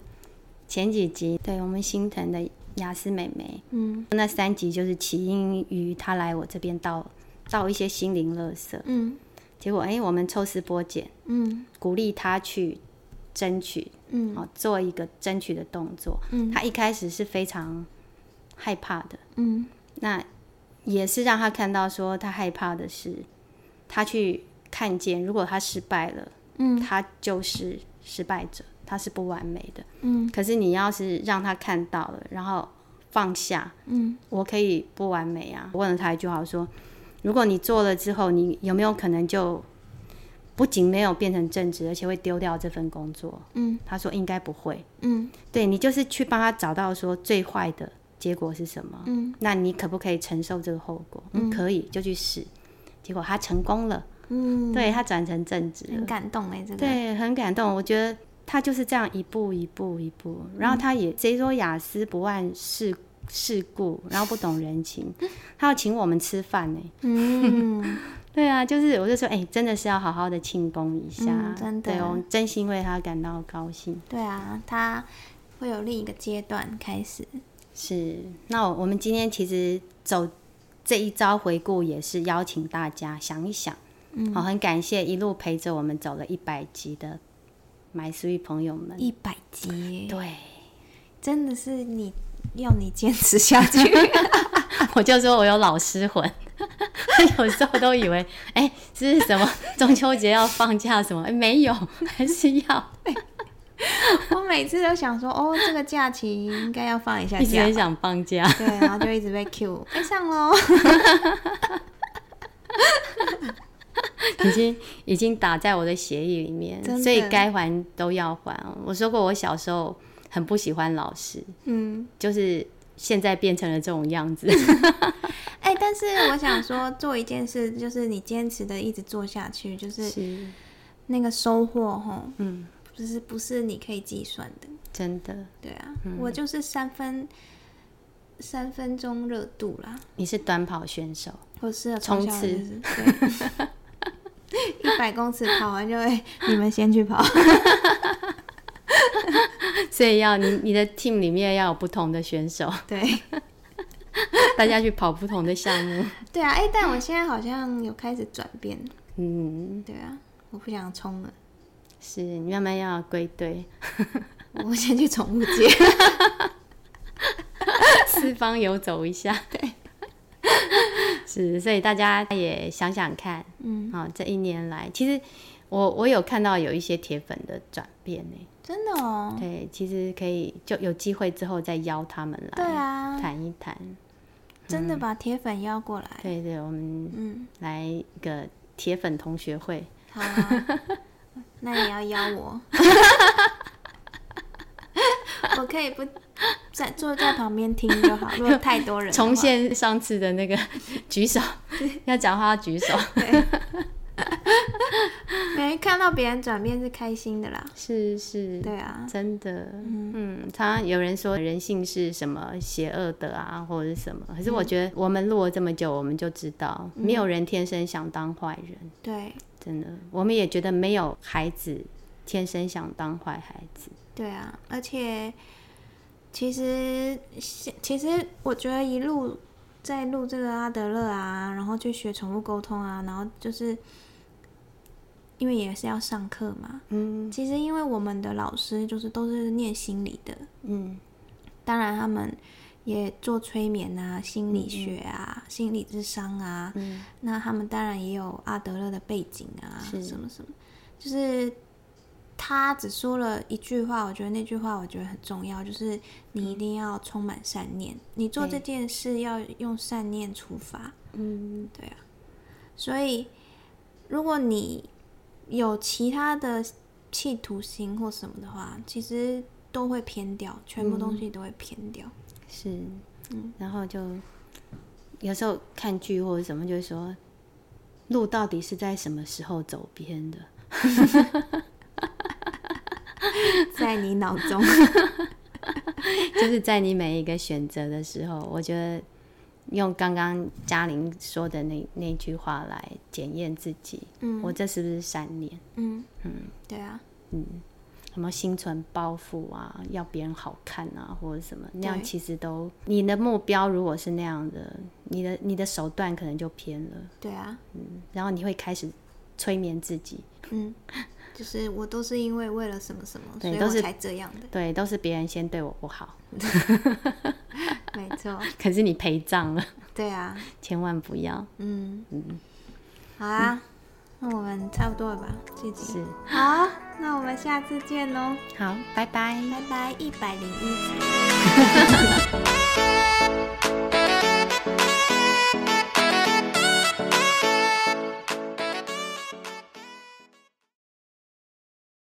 Speaker 4: 前几集对我们心疼的雅思妹妹，
Speaker 3: 嗯
Speaker 4: 那三集就是起因于她来我这边倒倒一些心灵垃圾，
Speaker 3: 嗯
Speaker 4: 结果哎、我们抽丝剥茧，
Speaker 3: 嗯
Speaker 4: 鼓励她去争取
Speaker 3: 嗯
Speaker 4: 哦，做一个争取的动作。
Speaker 3: 嗯
Speaker 4: 他一开始是非常害怕的，
Speaker 3: 嗯
Speaker 4: 那也是让他看到说，他害怕的是他去看见，如果他失败了，
Speaker 3: 嗯
Speaker 4: 他就是失败者，他是不完美的。
Speaker 3: 嗯
Speaker 4: 可是你要是让他看到了，然后放下，
Speaker 3: 嗯
Speaker 4: 我可以不完美啊。我问了他一句话，我说：如果你做了之后，你有没有可能就不仅没有变成正职，而且会丢掉这份工作？
Speaker 3: 嗯
Speaker 4: 他说应该不会。
Speaker 3: 嗯
Speaker 4: 对你就是去帮他找到说最坏的结果是什么，
Speaker 3: 嗯，
Speaker 4: 那你可不可以承受这个后果？嗯，可以，就去试。结果他成功了，
Speaker 3: 嗯，
Speaker 4: 对他转成正职
Speaker 3: 很
Speaker 4: 了，
Speaker 3: 感动哎、这个
Speaker 4: 对，很感动。我觉得他就是这样一步一步一步，
Speaker 3: 嗯
Speaker 4: 然后他也、谁说雅思不谙世 世故，然后不懂人情，他要请我们吃饭呢、
Speaker 3: 嗯，
Speaker 4: 对啊，就是我就说，哎、真的是要好好的庆功一下，
Speaker 3: 嗯真的
Speaker 4: 对我真心为他感到高兴。
Speaker 3: 对啊，他会有另一个阶段开始。
Speaker 4: 是，那我我们今天其实走这一招回顾，也是邀请大家想一想，嗯，好、很感谢一路陪着我们走了一百集的 My Sweet 朋友们，
Speaker 3: 一百集，
Speaker 4: 对，
Speaker 3: 真的是你要你坚持下去。
Speaker 4: 我就说我有老师魂， 我有时候都以为，哎、这是什么中秋节要放假什么？哎没有，还是要
Speaker 3: 我每次都想说，哦，这个假期应该要放一下
Speaker 4: 一直
Speaker 3: 假
Speaker 4: 很
Speaker 3: 吧。
Speaker 4: 想放假。
Speaker 3: 对，然后就一直被 Q，哎、上喽。
Speaker 4: 已经已经打在我的协议里面
Speaker 3: 真，的
Speaker 4: 所以该还都要还哦。我说过，我小时候很不喜欢老师，
Speaker 3: 嗯，
Speaker 4: 就是现在变成了这种样 子。
Speaker 3: 哎、但是我想说，做一件事就是你坚持的一直做下去，就是
Speaker 4: 是，
Speaker 3: 那个收获，吼，
Speaker 4: 嗯，
Speaker 3: 就是不是你可以计算的。
Speaker 4: 真的，
Speaker 3: 对啊，
Speaker 4: 嗯
Speaker 3: 我就是三分三分钟热度啦，
Speaker 4: 你是短跑选手，
Speaker 3: 我是有
Speaker 4: 冲
Speaker 3: 从小
Speaker 4: 刺
Speaker 3: 就是对。 一百公尺跑完就会，你们先去跑。
Speaker 4: 所以要你你的 team 里面要有不同的选手，
Speaker 3: 对
Speaker 4: 大家去跑不同的项目。
Speaker 3: 对啊，哎、但我现在好像有开始转变。
Speaker 4: 嗯，
Speaker 3: 对啊，我不想冲了，
Speaker 4: 是你慢慢要归队，
Speaker 3: 我先去宠物街。
Speaker 4: 四方游走一下。 对， 是，所以大家也想想看，嗯，好、这一年来，其实我我有看到有一些铁粉的转变呢。
Speaker 3: 真的哦，
Speaker 4: 对，其实可以就有机会之后再邀他们
Speaker 3: 对
Speaker 4: 来
Speaker 3: 啊，
Speaker 4: 谈一谈。
Speaker 3: 真的把铁粉邀过来。
Speaker 4: 嗯对对，我们
Speaker 3: 嗯，
Speaker 4: 来一个铁粉同学会，
Speaker 3: 好啊、那也要邀 我。我可以不在坐在旁边听就好，如果太多人的话
Speaker 4: 重现上次的那个 举 手，要讲话要举手。
Speaker 3: 感觉看到别人转变是开心的啦。
Speaker 4: 是是，
Speaker 3: 对啊，
Speaker 4: 真的，嗯，常常有人说人性是什么邪恶的啊，或者是什么，可是我觉得我们录了这么久，我们就知道，没有人天生想当坏人，
Speaker 3: 对
Speaker 4: 真的，我们也觉得没有孩子天生想当坏孩子，
Speaker 3: 对啊，而且其实其实我觉得一路在录这个阿德勒啊，然后去学宠物沟通啊，然后就是因为也是要上课嘛。
Speaker 4: 嗯
Speaker 3: 其实因为我们的老师就是都是念心理的，
Speaker 4: 嗯，
Speaker 3: 当然他们也做催眠啊、心理学啊、
Speaker 4: 嗯
Speaker 3: 心理智商啊，那他们当然也有阿德勒的背景啊，
Speaker 4: 是
Speaker 3: 什么什么，就是他只说了一句话，我觉得那句话我觉得很重要，就是你一定要充满善
Speaker 4: 嗯
Speaker 3: 念，你做这
Speaker 4: 对
Speaker 3: 件事要用善念出发，
Speaker 4: 嗯，
Speaker 3: 对啊，所以如果你有其他的企图心或什么的话，其实都会偏掉，全部
Speaker 4: 嗯
Speaker 3: 东西都会偏掉。
Speaker 4: 是，然后就有时候看剧或者什么，就会说路到底是在什么时候走偏的。
Speaker 3: 在你脑 中，
Speaker 4: 就是在你每一个选择的时候，我觉得用刚刚嘉玲说的那那句话来检验自己，
Speaker 3: 嗯
Speaker 4: 我这是不是善念？
Speaker 3: 嗯嗯，对啊，
Speaker 4: 什么心存包袱啊，要别人好看啊，或者什么那样，
Speaker 3: 对
Speaker 4: 其实都你的目标如果是那样的，你的你的手段可能就偏了，
Speaker 3: 对啊，
Speaker 4: 然后你会开始催眠自己，
Speaker 3: 嗯，就是我都是因为为了什么什么，所
Speaker 4: 对
Speaker 3: 以
Speaker 4: 都
Speaker 3: 我
Speaker 4: 是
Speaker 3: 才这样 的，
Speaker 4: 对，都是别人先对我不好，
Speaker 3: 没错，
Speaker 4: 可是你陪葬了，
Speaker 3: 对啊，
Speaker 4: 千万不要，
Speaker 3: 嗯嗯，好啊，那我们差不多了吧，这集
Speaker 4: 是
Speaker 3: 好，那我们下次见喽，
Speaker 4: 好，拜拜。
Speaker 3: 拜拜，一百零一集。